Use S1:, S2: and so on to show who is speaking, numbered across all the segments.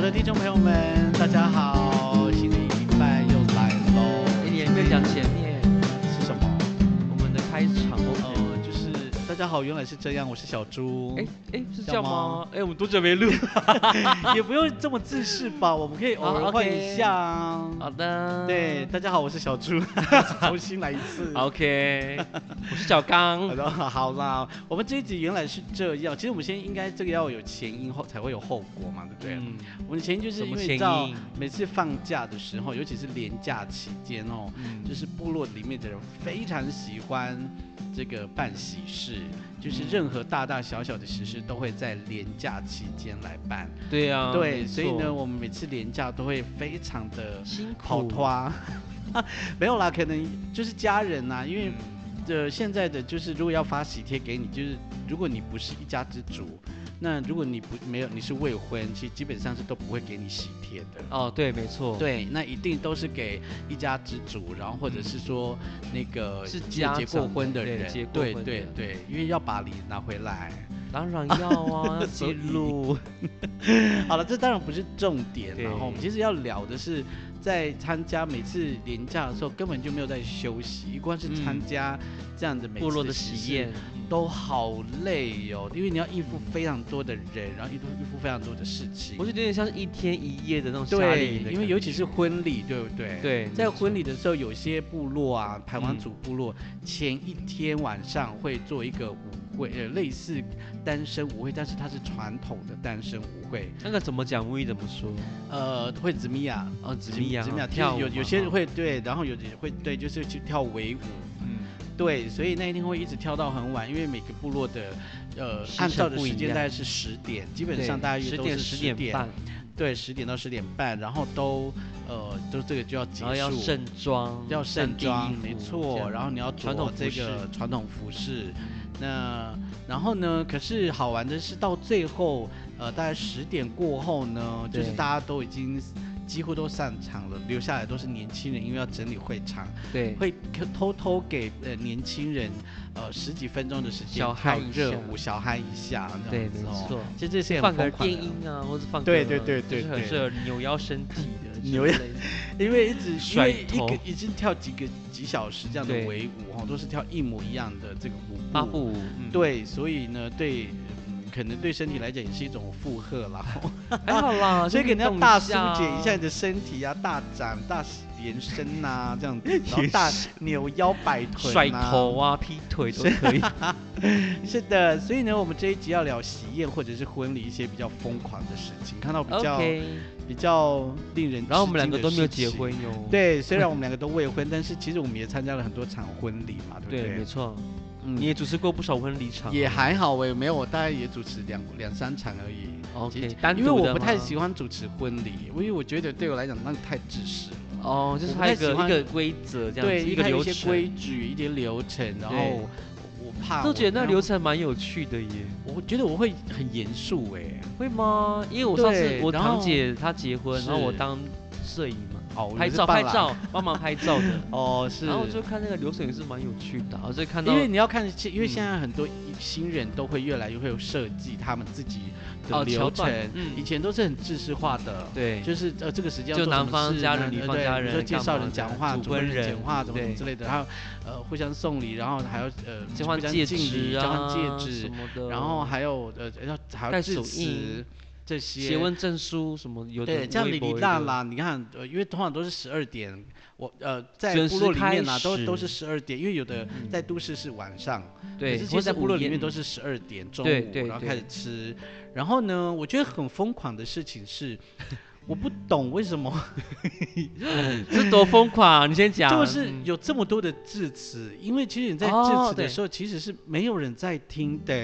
S1: 的听众朋友们，大家好，新的一礼拜又来喽。
S2: 哎，你还没有讲前面
S1: 是什么？
S2: 我们的开场哦。
S1: 呃，就是大家好，原来是这样，我是小猪。
S2: 哎哎，是这
S1: 叫
S2: 样
S1: 吗
S2: 吗？哎，我们多久没录？
S1: 也不用这么自视吧，我们可以偶尔
S2: 好呃
S1: 换
S2: OK
S1: 一下啊。
S2: 好的。
S1: 对，大家好，我是小 猪，重新来一次。
S2: ，OK。我是小
S1: 好
S2: 刚。
S1: 的，好啦，我们这一集原来是这样，其实我们先应该这个要有前因后才会有后果嘛，对不对？
S2: 嗯
S1: 我们前因就是
S2: 什
S1: 因
S2: 么
S1: 为
S2: 前
S1: 到
S2: 因
S1: 每次放假的时候，尤其是连假期间哦，
S2: 嗯
S1: 就是部落里面的人非常喜欢这个办喜事，
S2: 嗯
S1: 就是任何大大小小的喜事都会在连假期间来办。
S2: 对啊。
S1: 对，
S2: 没
S1: 所以呢，
S2: 错，
S1: 我们每次连假都会非常的
S2: 辛
S1: 跑
S2: 苦。
S1: 脱。啊 没有啦，可能就是家人呐、因为
S2: 嗯
S1: 呃，现在的就是如果要发喜帖给你，就是如果你不是一家之主，那如果你不没有你是未婚，其实基本上是都不会给你喜帖的。
S2: 哦，对，没错。。
S1: 对，那一定都是给一家之主，然后或者是说那个
S2: 是
S1: 有
S2: 家
S1: 结过
S2: 长
S1: 婚
S2: 的
S1: 的
S2: 对
S1: 人，
S2: 结过
S1: 对
S2: 婚
S1: 对
S2: 的
S1: 对，因为要把礼拿回 来。
S2: 当然要啊，要记 录。
S1: 好了，这当然不是重点，
S2: 对
S1: 然后我们其实要聊的是，在参加每次年假的时候，根本就没有在休息，光是参
S2: 嗯
S1: 加这样的每
S2: 部
S1: 次
S2: 落的
S1: 喜
S2: 喜
S1: 事
S2: 宴。
S1: 都好累哟、因为你要应付非常多的人，然后应付应付非常多的事情。
S2: 我就有点像是一天一夜的那种夏令
S1: 对
S2: 营的，感觉。
S1: 因为尤其是婚礼，对不对？。
S2: 对，
S1: 在
S2: 没错
S1: 婚礼的时候，有些部落啊，排湾
S2: 嗯
S1: 族部落、前一天晚上会做一个舞会，呃，类似单身舞会，但是它是传统的单身舞会，
S2: 那个怎么讲，母语怎么说？
S1: 呃，会怎么样？
S2: 哦，紫米啊，
S1: 怎么样？
S2: 跳
S1: 跳
S2: 舞
S1: 有
S2: 嘛
S1: 有些人，
S2: 哈
S1: 会对，然后有的会对，就是去跳维舞，
S2: 嗯，
S1: 对，所以那一天会一直跳到很晚，因为每个部落的呃
S2: 时
S1: 按
S2: 辰
S1: 照的
S2: 不
S1: 时
S2: 一
S1: 间大
S2: 样
S1: 概是十点，基本上大约
S2: 十
S1: 都
S2: 点
S1: 是
S2: 十
S1: 10
S2: 点半，
S1: 对，十点到十点半，然后都呃都这个就要结
S2: 然后要
S1: 束。
S2: 盛装，
S1: 要
S2: 当
S1: 盛
S2: 地
S1: 装
S2: 衣，
S1: 没
S2: 服
S1: 错。然后你要
S2: 传
S1: 着
S2: 统服
S1: 这个传统服饰，那然后呢？可是好玩的是，到最后，呃，大概十点过后呢，就是
S2: 对
S1: 大家都已经几乎都散场了，留下来都是年轻人，因为要整理会场，
S2: 对，
S1: 会偷偷给呃年轻人呃十几分钟的时间
S2: 小
S1: 跳
S2: 嗨一
S1: 热
S2: 下
S1: 舞，小嗨一下，这
S2: 对，
S1: 样
S2: 没
S1: 子哦。
S2: 错，
S1: 其实这些很
S2: 放个
S1: 疯狂
S2: 电
S1: 的，
S2: 音啊，或者放
S1: 对
S2: 个
S1: 对对对
S2: 就是很
S1: 对
S2: 适合扭腰身体的之
S1: 扭腰
S2: 类的，
S1: 因为一直因
S2: 甩
S1: 为一个
S2: 头
S1: 已经跳几个几小时这样的
S2: 对
S1: 维舞哦，都是跳一模一样的这个舞步。
S2: 八 步舞，嗯，
S1: 对，所以呢，对，嗯可能对身体来讲也是一种负荷啦。
S2: 还好 啦，
S1: 所以
S2: 就
S1: 可能
S2: 动
S1: 要大疏解
S2: 啊
S1: 一下你的身体啊，大展、大延伸呐、这样子， 然后大扭腰摆臀、啊、
S2: 甩头啊、劈腿都可以，
S1: 是的，所以呢，我们这一集要聊喜宴或者是婚礼一些比较疯狂的事情，看 到比较
S2: OK。
S1: 比较令人，
S2: 然后我们两个都没有结。婚哟，
S1: 对，虽然我们两个都未婚，但是其实我们也参加了很多场婚礼嘛，对不
S2: 对，没错，
S1: 嗯
S2: 你也主持过不少婚礼场，啊
S1: 也还好我也没有，我大概也主持两两三场而已。
S2: OK，
S1: 其实
S2: 单独
S1: 因为我
S2: 的
S1: 不太
S2: 吗
S1: 喜欢主持婚礼，因为我觉得对我来讲那太自私了。
S2: 哦，就是
S1: 我不
S2: 它
S1: 太
S2: 一个
S1: 喜欢
S2: 一个规则这样
S1: 对，
S2: 子，一
S1: 一
S2: 个
S1: 它有
S2: 流
S1: 一些规
S2: 程，
S1: 矩，一些流程，然后
S2: 对
S1: 我我怕
S2: 都
S1: 我
S2: 觉得那
S1: 然
S2: 流
S1: 后
S2: 程蛮有趣的耶。
S1: 我觉得我会很严肃哎。
S2: 会吗？因为我上次
S1: 对
S2: 我
S1: 然
S2: 堂
S1: 后
S2: 姐她结婚，然后我
S1: 是
S2: 当摄影嘛，
S1: 哦，我
S2: 拍
S1: 是
S2: 照
S1: 伴
S2: 拍
S1: 郎。
S2: 照，帮忙拍照 的。
S1: 哦，是
S2: 然。后我就看那个流程也是蛮有趣的，我就看到
S1: 因为你要啊看，因为现
S2: 嗯
S1: 在很多新人都会越来越会有设计他们自己的
S2: 哦
S1: 流
S2: 桥
S1: 程
S2: 段，嗯
S1: 以前都是很制式化的，
S2: 对，
S1: 就是呃，这个时间要
S2: 就
S1: 做什
S2: 男
S1: 么
S2: 方
S1: 事
S2: 家
S1: 那
S2: 人女
S1: 呃
S2: 方
S1: 对
S2: 家
S1: 比如说
S2: 人
S1: 介
S2: 干
S1: 绍
S2: 嘛
S1: 人
S2: 的
S1: 讲话，
S2: 主
S1: 主婚
S2: 婚
S1: 人讲
S2: 人
S1: 话，怎么怎么
S2: 对
S1: 之类的，然后呃互相送礼，然后还要呃
S2: 交换
S1: 互相
S2: 戒
S1: 敬礼
S2: 指啊，
S1: 交换戒
S2: 什
S1: 指，
S2: 么的，
S1: 然后还有呃要还要
S2: 带
S1: 致
S2: 手
S1: 辞
S2: 印
S1: 这些。
S2: 结婚证书什么有的
S1: 对，这样
S2: 微
S1: 你
S2: 博
S1: 你
S2: 有
S1: 大
S2: 的，
S1: 啦，你看，呃，因为通常都是十二点，我呃在
S2: 准
S1: 部
S2: 时
S1: 落里面
S2: 开
S1: 啊，都都是
S2: 始
S1: 十二点，因为有的
S2: 嗯
S1: 在都市是晚上，可
S2: 对，
S1: 是
S2: 或
S1: 其实在
S2: 是
S1: 部落
S2: 午
S1: 里面
S2: 宴
S1: 都是十二点中
S2: 对
S1: 午，
S2: 对
S1: 然后
S2: 对
S1: 开始吃。然后呢，我觉得很疯狂的事情 是，我不懂为什么
S2: 这多疯狂啊！你先讲，
S1: 就是
S2: 嗯
S1: 有这么多的致辞，因为其实你在致
S2: 哦
S1: 辞的
S2: 对嗯
S1: 时候，其实是没有人在听的，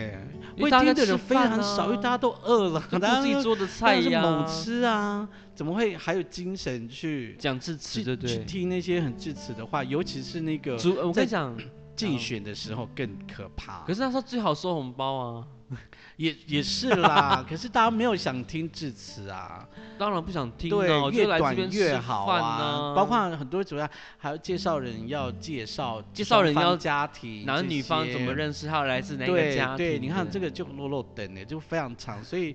S2: 因为
S1: 会
S2: 大家
S1: 听
S2: 在
S1: 的人
S2: 吃
S1: 非
S2: 饭
S1: 常少，因为
S2: 啊
S1: 大家都饿 了，
S2: 就
S1: 大家
S2: 顾自己做的
S1: 当
S2: 菜
S1: 然是
S2: 呀
S1: 猛，吃啊，怎么会还有精神去
S2: 讲致辞，
S1: 去
S2: 对
S1: 去
S2: 对。
S1: 听那些很致辞的话，尤其是那个
S2: 主，我
S1: 在
S2: 跟你讲，
S1: 竞选的时候更可怕。
S2: 可是那时候最好收红包啊，
S1: 也也是 啦，可是大家没有想听致辞啊，
S2: 当然不想听啊，
S1: 对，
S2: 我
S1: 越
S2: 就来这
S1: 短
S2: 边
S1: 越
S2: 吃
S1: 好
S2: 饭啊，
S1: 包括很多主要还有介绍人要介绍
S2: 嗯介绍人
S1: 双方
S2: 要
S1: 家庭，
S2: 男女方怎么。认识，还有来自哪一个
S1: 对
S2: 家庭。
S1: 对，你看这
S2: 个，
S1: 个就落落等呢，就非常长，所以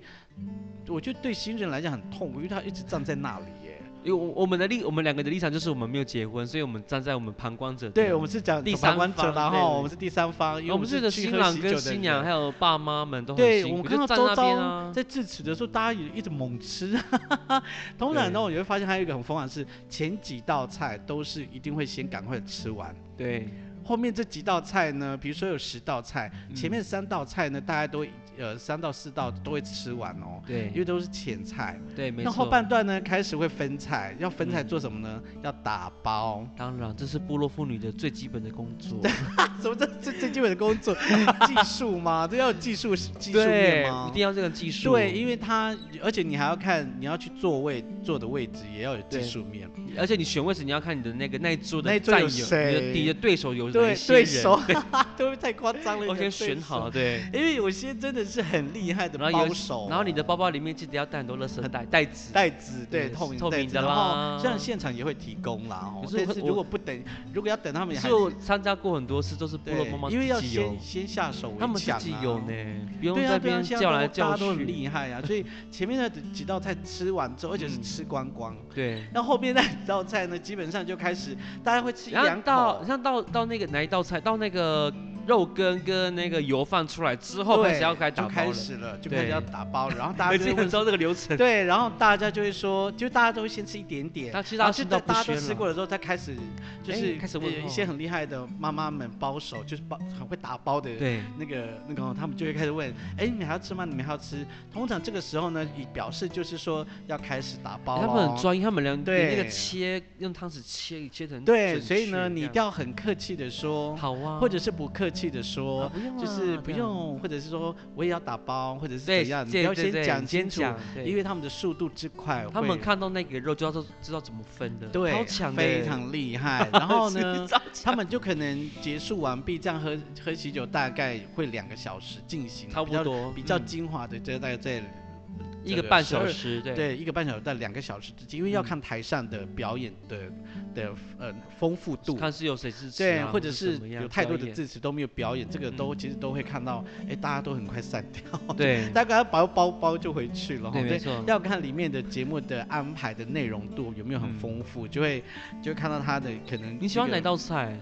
S1: 我觉得对新人来讲很痛苦，因为他一直站在那里耶。
S2: 因为我我们的立，我们两个的立场就是我们没有结婚，所以我们站在我们旁观者的
S1: 对，我们是讲
S2: 第
S1: 走
S2: 三
S1: 旁观者，
S2: 方
S1: 然
S2: 对
S1: 后
S2: 对
S1: 我们是第三方，因为
S2: 我们
S1: 是
S2: 觉得
S1: 去
S2: 新
S1: 喝
S2: 郎
S1: 喜
S2: 跟
S1: 酒的
S2: 新
S1: 人
S2: 娘还有爸妈们都很
S1: 对，
S2: 辛
S1: 我们
S2: 苦
S1: 看到
S2: 就站
S1: 周
S2: 那边
S1: 遭
S2: 啊
S1: 在致辞的时候，大家也一直猛吃。 通常呢，
S2: 对
S1: 我就会发现还有一个很疯狂的是，前几道菜都是一定会先赶快吃完，
S2: 对，
S1: 后面这几道菜呢，比如说有十道菜，前
S2: 嗯
S1: 面三道菜呢，大家都会呃三到四道都会吃完哦。
S2: 对，
S1: 因为都是前菜，
S2: 对，没
S1: 那
S2: 错。
S1: 后半段呢开始会分菜，要分菜
S2: 嗯
S1: 做什么呢？要打包。
S2: 当然，这是部落妇女的最基本的工作。
S1: 什么这这最基本的工作技术吗？这要有技术技术面吗
S2: 一？定要这个技术。
S1: 对，因为它而且你还要看你要去座位坐的位置也要有技
S2: 对
S1: 术面，
S2: 而且你选位置，你要看你的那个那一桌
S1: 那一
S2: 的
S1: 桌
S2: 战
S1: 有
S2: 友，你的
S1: 谁
S2: 敌的对手有哪
S1: 对
S2: 些
S1: 对
S2: 人，
S1: 手对不对？太夸张了，
S2: 我
S1: 你的
S2: 先选
S1: 对手
S2: 好了，，对。
S1: 因为有些真的是很厉害的
S2: 然后
S1: 包
S2: 有
S1: 手，
S2: 然后你的包包里面记得要带很多垃圾袋、袋子。
S1: 袋子对
S2: 对
S1: 透明
S2: 透
S1: 袋
S2: 明
S1: 子
S2: 的
S1: 然后
S2: 啦
S1: 虽然现场也会提供啦，哦
S2: 可是
S1: 但
S2: 我
S1: 是
S2: 我
S1: 如果不等，如果要等他们也还
S2: 是我参加过很多次，都是部落
S1: 对
S2: 妈妈，
S1: 因为要
S2: 自己有
S1: 先，先下手为
S2: 他们自
S1: 强
S2: 己
S1: 啊
S2: 有呢，不用
S1: 对
S2: 在
S1: 啊，对啊，
S2: 那边
S1: 现在
S2: 叫
S1: 都大
S2: 来叫
S1: 家都很
S2: 去。
S1: 厉害啊，所以前面的几道菜吃完之后，而且是
S2: 嗯
S1: 吃光光，
S2: 对。
S1: 那后面那几道菜呢，基本上就开始大家会吃一哦
S2: 然后
S1: 两
S2: 到
S1: 口，
S2: 像到到那个哪一道菜，到那个肉羹跟那个油饭出来之后，
S1: 对
S2: 开始要开始打
S1: 就
S2: 包
S1: 开
S2: 了。
S1: 始了，就
S2: 对
S1: 开始要打包，然后大
S2: 而
S1: 家就会
S2: 且很
S1: 问
S2: 知道这个 流程。
S1: 对，然后大家就会说，就大家都会先吃一点点，
S2: 他其实
S1: 然后
S2: 他
S1: 就
S2: 吃
S1: 在
S2: 到不
S1: 大家
S2: 宣
S1: 都吃过
S2: 了。
S1: 了之后，才开始就是
S2: 哎开始
S1: 呃
S2: 问候
S1: 一些很厉害的妈妈们包手，就是包很会打包的
S2: 对，
S1: 那个那个哦，他们就会开始问，哎，你们还要吃吗？你们还要吃？通常这个时候呢，以表示就是说要开始打包
S2: 哎他们
S1: 咯
S2: 很专业，他们连
S1: 对
S2: 连那个切用汤匙切切成
S1: 对，
S2: 准
S1: 所以呢，
S2: 确
S1: 你一定
S2: 这样
S1: 要很客气的说，
S2: 好啊，
S1: 或者是不客气的
S2: 啊
S1: 说。
S2: 不用
S1: 就是
S2: 啊
S1: 不
S2: 这样
S1: 用，或者是说我也要打包，或者是
S2: 对
S1: 怎样，你
S2: 对
S1: 要
S2: 对
S1: 先
S2: 对
S1: 讲
S2: 你
S1: 清
S2: 先
S1: 楚，
S2: 讲对
S1: 因为他们的速度之快会，
S2: 他们看到那个肉就要知道怎么分的，
S1: 对
S2: 超强的欸，
S1: 非常厉害。然后呢
S2: 是，超
S1: 他
S2: 强
S1: 们就可能结束完毕，这样喝喝喜酒大概会两个小时进行，
S2: 差不
S1: 比较
S2: 多
S1: 比较
S2: 嗯
S1: 精华的，就大概在
S2: 一
S1: 这
S2: 个
S1: 个
S2: 半
S1: 十
S2: 小
S1: 二
S2: 时，对
S1: 对一个半小时到两个小时之间，因为要
S2: 嗯
S1: 看台上的表演的的呃丰富度。
S2: 看是有谁支持啊，
S1: 对，或者
S2: 是
S1: 是
S2: 怎么样
S1: 有太多的
S2: 表演嗯
S1: 字词都没有表演，这个都其实都会看到，哎，大家都很快散掉，
S2: 对
S1: 大概包包包就回去了哈。
S2: 对，没错，
S1: 要看里面的节目的安排的内容度有没有很
S2: 嗯
S1: 丰富，就会就会看到他的可能。
S2: 你喜欢哪？道菜？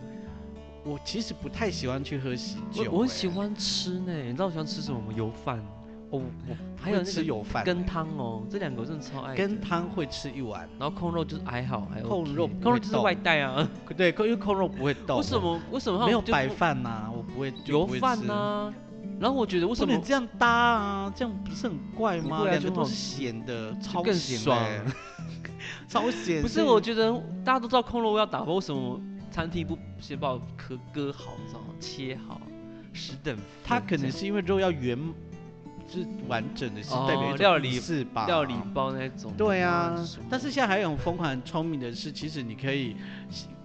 S1: 我其实不太喜欢去喝喜酒、
S2: 我我很喜
S1: 哎，
S2: 欢吃呢，你知道我喜欢吃什么吗？油饭，
S1: 我我
S2: 还有
S1: 会
S2: 那
S1: 吃
S2: 个
S1: 有哦饭哎
S2: 羹汤哦，这两个我真的超爱。
S1: 跟汤会吃一 碗，
S2: 然后控肉就是还好，还有
S1: 控肉不
S2: 控
S1: 会
S2: 肉就是外带啊。
S1: 对，因为扣肉不会动。
S2: 为什么为什么他们
S1: 没有
S2: 就
S1: 白饭呐、我不会就
S2: 油
S1: 不会
S2: 饭
S1: 吃
S2: 呐、然后我觉得为
S1: 不
S2: 什
S1: 能
S2: 么
S1: 这样搭啊，这样不是很怪
S2: 不
S1: 吗？
S2: 会啊
S1: 两个
S2: 就
S1: 都
S2: 好
S1: 是咸的，超
S2: 更
S1: 咸
S2: 爽
S1: 的欸 超咸。
S2: 不是？
S1: 所以
S2: 我觉得大家都知道控肉要打包，为什么餐厅不先把我割割好，你知道吗？切好，十等份
S1: 它可能
S2: 这
S1: 是因为肉要圆，是完整的，是代表一
S2: 哦
S1: 种
S2: 料
S1: 仪
S2: 理
S1: 式吧？
S2: 样料理嗯包那种的。
S1: 对啊
S2: 什么，
S1: 但是现在还有很疯狂、很聪明的是，其实你可以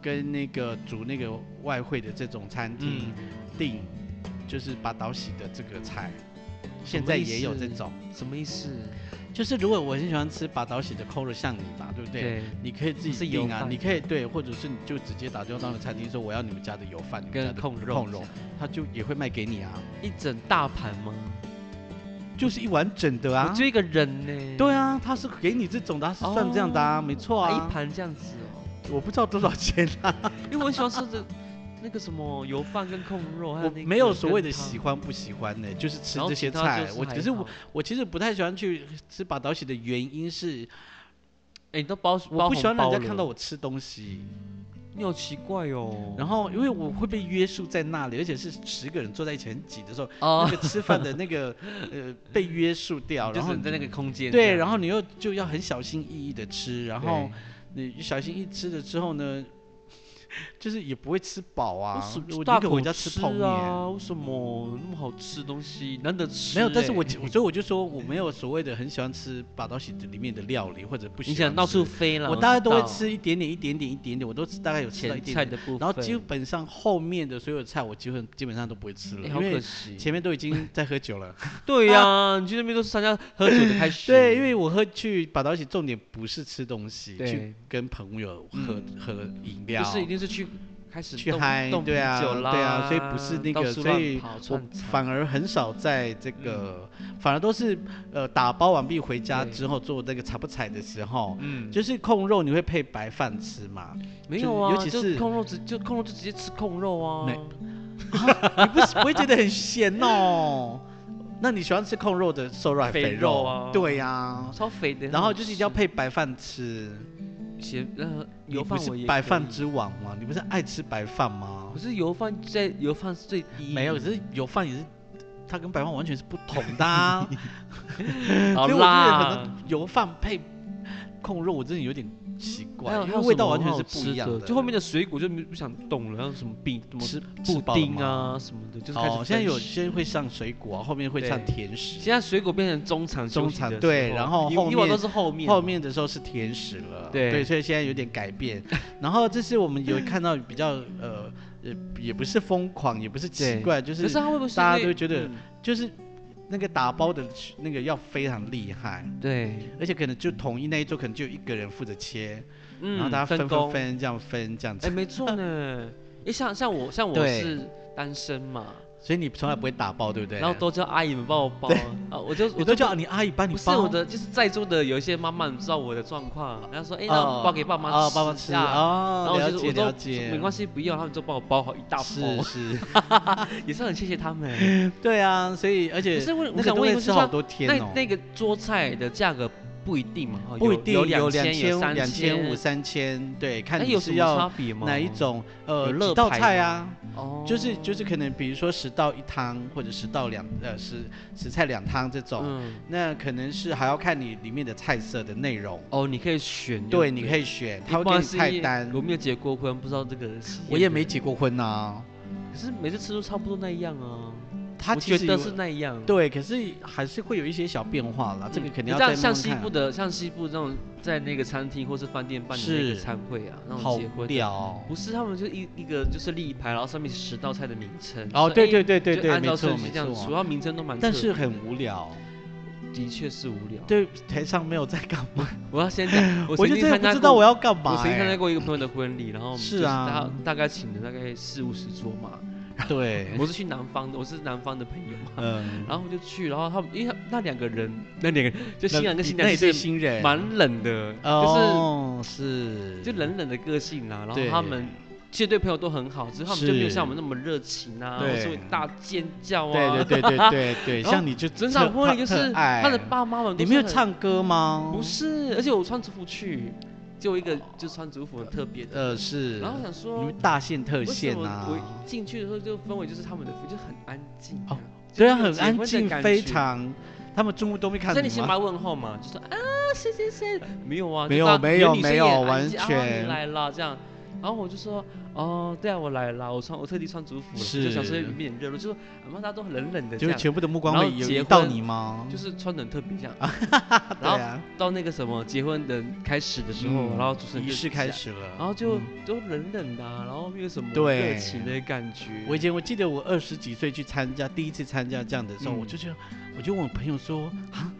S1: 跟那个煮那个外汇的这种餐厅
S2: 嗯，
S1: 订，就是把岛喜的这个菜，
S2: 什
S1: 现
S2: 么
S1: 在
S2: 意
S1: 也有
S2: 思
S1: 这种。
S2: 嗯什么意思？
S1: 就是如果我很喜欢吃把岛喜的扣肉，像你吧，对不对？
S2: 对，
S1: 你可以自
S2: 是
S1: 己
S2: 油
S1: 订啊，
S2: 饭
S1: 你可以对，或者是你就直接打电话到那餐厅说我要你们家的油饭，你们家
S2: 跟嗯
S1: 的
S2: 控肉
S1: 控肉，他就也会卖给你啊，
S2: 一整大盘吗？
S1: 就是一碗整的
S2: 我
S1: 啊
S2: 就。一个人呢。
S1: 对啊，他是给你这种的，他是算这样的啊，没错
S2: 哇，
S1: 啊
S2: 哦一。盘这样子哦，
S1: 我不知道多少钱啊，
S2: 因为我很喜欢吃的 那个什么油饭跟控肉，还
S1: 我
S2: 有那个
S1: 没有所谓的
S2: 羹汤
S1: 喜欢不喜欢呢、就是吃
S2: 然后
S1: 这
S2: 其
S1: 些
S2: 他
S1: 菜
S2: 就。
S1: 我
S2: 还
S1: 只是
S2: 好
S1: 我我其实不太喜欢去吃把岛喜的原因是，
S2: 哎、你都包
S1: 我
S2: 包
S1: 不喜欢
S2: 红
S1: 人家
S2: 包
S1: 看
S2: 了
S1: 到我吃东西，
S2: 嗯你好奇怪哦。
S1: 然后因为我会被约束在那里，而且是十个人坐在一起很挤的时候，
S2: 哦
S1: 那，个吃饭的那 个呃被约束掉，
S2: 就
S1: 然
S2: 是
S1: 后
S2: 你在那个空间这样。
S1: 对，然后你又就要很小心翼翼的吃，然后你小心翼翼吃了之后呢， 就是也不会吃饱啊
S2: 我什，
S1: 我宁
S2: 大
S1: 可
S2: 口
S1: 回家吃泡面。
S2: 啊？为什么那么好吃的东西难得吃、
S1: 没有，但是我
S2: 欸
S1: 就所以我就说我没有所谓的很喜欢吃把刀喜里面的料理，或者不喜
S2: 你
S1: 欢
S2: 想到
S1: 吃
S2: 处飞了，
S1: 我大概都会
S2: 知道
S1: 吃一点点、一点点、一点点，我都吃大概有吃到一
S2: 前
S1: 点
S2: 菜
S1: 点。
S2: 的部分，
S1: 然后基本上后面的所有菜，我基本基本上都不会吃了，
S2: 欸
S1: 因
S2: 好可
S1: 为
S2: 惜。
S1: 前面都已经在喝酒了。
S2: 对呀、你去那边都是参加喝酒的开始。
S1: 对，因为我喝去把刀喜重点不是吃东西，去
S2: 对嗯
S1: 跟朋友喝、喝饮料，
S2: 就是一定是去开始
S1: 去
S2: 动
S1: 嗨
S2: 动，啤
S1: 对啊，
S2: 酒啦，
S1: 对啊，所以不是那
S2: 到
S1: 个，
S2: 处
S1: 所
S2: 乱
S1: 以
S2: 跑
S1: 我
S2: 串场嗯
S1: 反而很少在这个，反而都是呃打包完毕回家
S2: 对
S1: 之后做那个采不采的时候，
S2: 嗯
S1: 就是控肉你会配白饭吃嘛？
S2: 没
S1: 就
S2: 有
S1: 是
S2: 啊，
S1: 尤其
S2: 就是控肉直就控肉就直接吃控肉啊
S1: 没，你不是不会觉得很咸哦？那你喜欢吃控肉的瘦肉还是
S2: 肥
S1: 肥
S2: 肉啊
S1: 对呀、
S2: 超肥的。
S1: 然后就是一定要配白饭吃，
S2: 咸呃
S1: 你
S2: 油
S1: 不
S2: 饭
S1: 是
S2: 我也
S1: 白
S2: 可
S1: 饭
S2: 以
S1: 之王吗？你不是爱吃白饭吗
S2: 可？是油饭在油饭是最低，
S1: 没有，可是油饭也是，它跟白饭完全是不同的、 啊。
S2: 好
S1: 所以我觉得可
S2: 啦。
S1: 能油饭配控肉，我真的有点奇怪，
S2: 还有
S1: 因
S2: 还
S1: 为
S2: 有
S1: 味
S2: 什
S1: 道
S2: 么
S1: 完全
S2: 好
S1: 是不
S2: 吃
S1: 一样
S2: 的
S1: 的。
S2: 就后面的水果就没不想动了，然后什么饼什么
S1: 吃
S2: 布丁，啊什么的，
S1: 吃
S2: 就是
S1: 饱了
S2: 开始
S1: 吗哦，现在
S2: 分
S1: 有
S2: 食
S1: 些会上水果啊，后面会上
S2: 对
S1: 甜食。
S2: 现在水果变成中场休
S1: 中
S2: 息
S1: 场
S2: 的
S1: 对
S2: 时
S1: 然后
S2: 以
S1: 后
S2: 以往
S1: 面
S2: 都是后面
S1: 后
S2: 嘛
S1: 面的时候是甜食了，
S2: 对
S1: 所以现在有点改变。然后这是我们有看到比较呃呃，也不是疯狂，也不是奇
S2: 对
S1: 怪，就
S2: 可
S1: 是
S2: 是啊他会不会是
S1: 大家
S2: 因
S1: 都
S2: 为
S1: 觉得
S2: 嗯
S1: 就是那个打包的那个要非常厉害，
S2: 对，
S1: 而且可能就统一那一桌可能就一个人负责切，
S2: 嗯
S1: 然后大家分分
S2: 工，
S1: 分这样分这样
S2: 哎，
S1: 子，
S2: 没错 呢。哎，像像我像我
S1: 对
S2: 是单身嘛，
S1: 所以你从来不会打包，对不对？
S2: 嗯然后都叫阿姨们帮我包啊，我就
S1: 我
S2: 我
S1: 都
S2: 就
S1: 叫你阿姨帮你
S2: 不是
S1: 包，
S2: 我的，就是在座的有一些妈妈你知道我的状况，然后说哎，
S1: 哦，
S2: 那我包给爸妈
S1: 哦，爸妈
S2: 吃
S1: 吃
S2: 啊。然
S1: 哦
S2: 后，我
S1: 了
S2: 就是我
S1: 解
S2: 都
S1: 了
S2: 说
S1: 解，
S2: 没关系，不要，他们就帮我包好一大
S1: 是
S2: 包，
S1: 是，
S2: 也是很谢谢他们。
S1: 对啊，所以而且
S2: 可是问，
S1: 那
S2: 我
S1: 个
S2: 想
S1: 都
S2: 问一
S1: 会
S2: 个，
S1: 吃
S2: 就
S1: 好
S2: 像
S1: 多天
S2: 那
S1: 哦。嗯
S2: 那个桌菜的价格不一定嘛，哈
S1: 不一
S2: 有
S1: 定
S2: 有千
S1: 千、
S2: 三
S1: 两
S2: 千
S1: 五、三千，对，看
S2: 那
S1: 你
S2: 有
S1: 是
S2: 什么
S1: 要
S2: 差别吗？
S1: 哪一？种
S2: 有
S1: 呃
S2: 乐
S1: 几道
S2: 牌
S1: 菜
S2: 吗
S1: 啊，
S2: 哦，
S1: 就是就是可能比如说十道一汤或者十道两呃十十菜两汤这种，
S2: 嗯，
S1: 那可能是还要看你里面的菜色的内容，
S2: 哦，你可以选就
S1: 对，
S2: 对，
S1: 你可
S2: 以。
S1: 以选，他会给你菜单。
S2: 我没有结过婚，不知道这个系列的。
S1: 我也没结过婚啊，
S2: 可是每次吃都差不多那样啊。
S1: 他
S2: 我
S1: 其
S2: 觉
S1: 实
S2: 得
S1: 有
S2: 是那样。
S1: 对，可是还是会有一些小变化啦，这个
S2: 嗯
S1: 肯定要
S2: 这
S1: 再
S2: 样像
S1: 慢慢
S2: 西
S1: 看
S2: 部的，像西部这种在那个餐厅或是饭店办的那
S1: 是
S2: 个餐会啊，那
S1: 好
S2: 种结
S1: 无
S2: 婚的，
S1: 聊哦。
S2: 不是他们就一一个就是立牌，然后上面是十道菜的名称。
S1: 哦，
S2: 说
S1: 对
S2: 哎
S1: 对对对
S2: 就
S1: 对，
S2: 按
S1: 没
S2: 照
S1: 错
S2: 顺序
S1: 没
S2: 这样，主
S1: 错，
S2: 要名称都蛮特别。
S1: 但是很无聊。
S2: 的确是无聊。，
S1: 对，台上没有在干嘛，
S2: 我要先 讲，
S1: 我
S2: 曾
S1: 就
S2: 经
S1: 真的
S2: 参
S1: 不
S2: 加
S1: 知道
S2: 过
S1: 我要干嘛、
S2: 我曾经参加
S1: 欸。
S2: 过一个朋友的婚礼，然后我们
S1: 是
S2: 就是
S1: 啊
S2: 大大概请了大概四五十桌嘛。
S1: 哎对，
S2: 我是去南方的，我是南方的朋友嘛，
S1: 嗯，
S2: 然后我就去，然后他们因为他那两个人，那两个人 就新郎跟新
S1: 那
S2: 娘
S1: 一对
S2: 是
S1: 新人，
S2: 蛮冷的，就
S1: 哦，是
S2: 是就冷冷的个性啦。然后
S1: 对
S2: 他们其实对朋友都很好，只是他们
S1: 是
S2: 就没有像我们那么热情啊，
S1: 对
S2: 或是会大尖叫啊。
S1: 对对对对对对，
S2: 然后
S1: 像你就
S2: 整场婚礼就是他
S1: 他
S2: 的，爸妈们都
S1: 你
S2: 是
S1: 没有
S2: 很
S1: 唱歌吗？
S2: 不，是，而且我穿族服去，就一个就穿族服很特别的。
S1: 呃，是，
S2: 然后我想
S1: 你
S2: 说
S1: 们，大献特
S2: 为什
S1: 献
S2: 么
S1: 啊，
S2: 我进去的时候就氛围就是他们的服就很安静啊
S1: 哦，对啊，
S2: 就是有
S1: 很
S2: 结
S1: 安
S2: 婚的
S1: 静，
S2: 感
S1: 非
S2: 觉。
S1: 常，他们中午都没看
S2: 所以你
S1: 你
S2: 先
S1: 吗？
S2: 把问候嘛，就说啊谁谁谁没有啊，
S1: 没
S2: 就
S1: 有
S2: 大
S1: 没
S2: 连
S1: 有
S2: 女生
S1: 没
S2: 也
S1: 有
S2: 很安
S1: 完
S2: 静啊、
S1: 全
S2: 你来了这样。然后我就说，哦，对啊，我来了，我穿我特地穿族服了，
S1: 是
S2: 就想说有点热络，就说阿妈大家都很冷冷的
S1: 就
S2: 这
S1: 是
S2: 样，
S1: 全部的目光
S2: 然
S1: 会
S2: 后
S1: 有
S2: 结
S1: 移到
S2: 婚
S1: 你吗？
S2: 就是穿的很特别这样。
S1: 对
S2: 然后
S1: 啊，
S2: 到那个什么结婚的开始的时候，
S1: 嗯
S2: 然后主持人
S1: 仪
S2: 就
S1: 式
S2: 讲
S1: 开始了，
S2: 然后就
S1: 嗯
S2: 都冷冷的、啊，然后没有什么
S1: 对
S2: 热情的感觉。
S1: 我以前我记得我二十几岁去参加第一次参加这样的时候，
S2: 嗯
S1: 我就觉得，我就问我朋友说啊，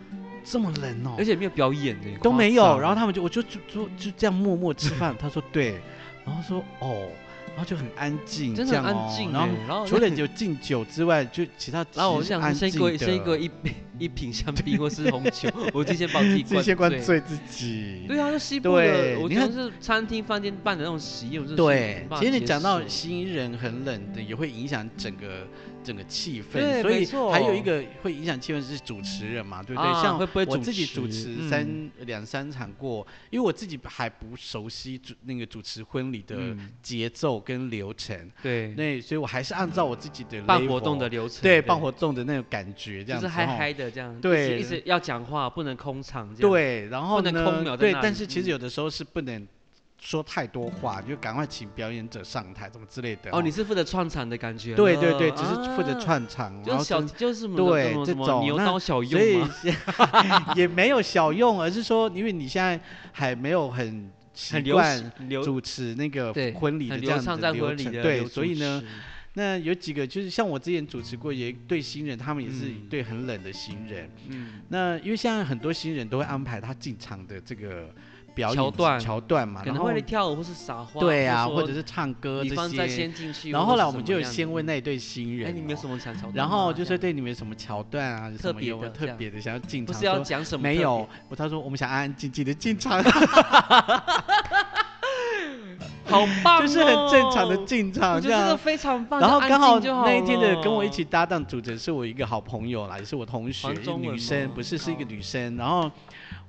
S1: 这么冷哦、
S2: 而且没有表演的，
S1: 都没有，然后
S2: 他
S1: 他们就我就就就就这样默默吃饭， 他说对，然后说哦，然后就很安静，
S2: 真
S1: 这
S2: 的
S1: 样
S2: 很
S1: 哦
S2: 安静
S1: 然
S2: 哎、
S1: 后
S2: 然后
S1: 除了有敬酒之外，就其他
S2: 然后我
S1: 其实是
S2: 想
S1: 安
S2: 先
S1: 静
S2: 给我
S1: 的
S2: 先给我一杯一瓶香槟或是红 酒，我就先把我自己
S1: 自己
S2: 灌
S1: 先灌
S2: 醉。
S1: 醉自己。
S2: 对啊，就西部的
S1: 对，
S2: 我
S1: 你
S2: 觉得
S1: 看
S2: 是餐厅饭店办的那种喜宴，我真的是
S1: 对
S2: 没办，法
S1: 其实你
S2: 接
S1: 讲到
S2: 受
S1: 新人很冷的，也会影响整个整个气氛，
S2: 对
S1: 所
S2: 没
S1: 以
S2: 错
S1: 还有一个会影响气氛是主持人嘛，对不对？
S2: 啊
S1: 像
S2: 会不会
S1: 我
S2: 主
S1: 自己
S2: 持
S1: 主持
S2: 嗯
S1: 三两三场过，因为我自己还不熟悉主那个主持婚礼的
S2: 嗯
S1: 节奏跟流程，
S2: 对
S1: 那所以我还是按照我自己的
S2: 嗯办
S1: level，
S2: 活动的流程，
S1: 对办活动的那种感觉这
S2: 就
S1: 样子
S2: 是
S1: 哦，
S2: 嗨嗨的这样，
S1: 对
S2: 一直一直要讲话，不能空场这样。
S1: 对，然后
S2: 不能
S1: 呢
S2: 空秒在
S1: 对，
S2: 那
S1: 但
S2: 里
S1: 是其实
S2: 嗯
S1: 有的时候是不能说太多话，就赶快请表演者上台，怎么之类的。
S2: 哦，你是负责串场的感觉了。
S1: 对对对，只是负责
S2: 啊，
S1: 串场，然
S2: 就
S1: 后
S2: 是小
S1: 跟
S2: 就是什么
S1: 对
S2: 什么
S1: 这
S2: 什么
S1: 种
S2: 牛
S1: 那
S2: 刀小
S1: 所
S2: 用
S1: 以
S2: 嘛，
S1: 也没有小用，而是说，因为你现在还没有很习
S2: 很流
S1: 惯
S2: 行流
S1: 主持那个
S2: 对
S1: 婚礼的
S2: 很
S1: 这
S2: 流
S1: 样子
S2: 畅在
S1: 的流
S2: 婚礼
S1: 程，
S2: 的
S1: 对，
S2: 流
S1: 所以
S2: 主
S1: 呢，
S2: 持
S1: 那有几个就是像我之前主持过，也对新人，他们也是
S2: 嗯
S1: 对很冷的新人。
S2: 嗯
S1: 那因为现在很多新人都会安排他进场的这个表演
S2: 桥段
S1: 桥段嘛，
S2: 可能
S1: 然后
S2: 会跳舞或是撒欢，
S1: 对啊，或者
S2: 是
S1: 是唱歌
S2: 你
S1: 这
S2: 方再
S1: 些。
S2: 先进去或者是什么
S1: 然
S2: 样子。
S1: 后后来我们就有先问那一对新人、
S2: 哎，你们有
S1: 么？
S2: 什么想桥段吗？
S1: 然后就
S2: 这
S1: 是
S2: 样
S1: 对你们有什么桥段啊，有
S2: 特
S1: 什么
S2: 别
S1: 有没有
S2: 的
S1: 特
S2: 这样
S1: 别的想要进
S2: 不
S1: 场？
S2: 是要
S1: 说
S2: 讲什么？
S1: 没有，，我他说我们想安安静静的进场，
S2: 好棒 哦，
S1: 就是很正常的进场
S2: 我
S1: 这
S2: 觉得这个
S1: 样。
S2: 非常棒。
S1: 然后
S2: 就
S1: 刚好
S2: 安静就好
S1: 那一天的跟我一
S2: 了
S1: 起搭档主持人是我一个好朋友啦，也是我同学，
S2: 黄
S1: 一个
S2: 宗
S1: 女
S2: 文
S1: 生，
S2: 吗
S1: 不是是一个
S2: 哦
S1: 女生。然后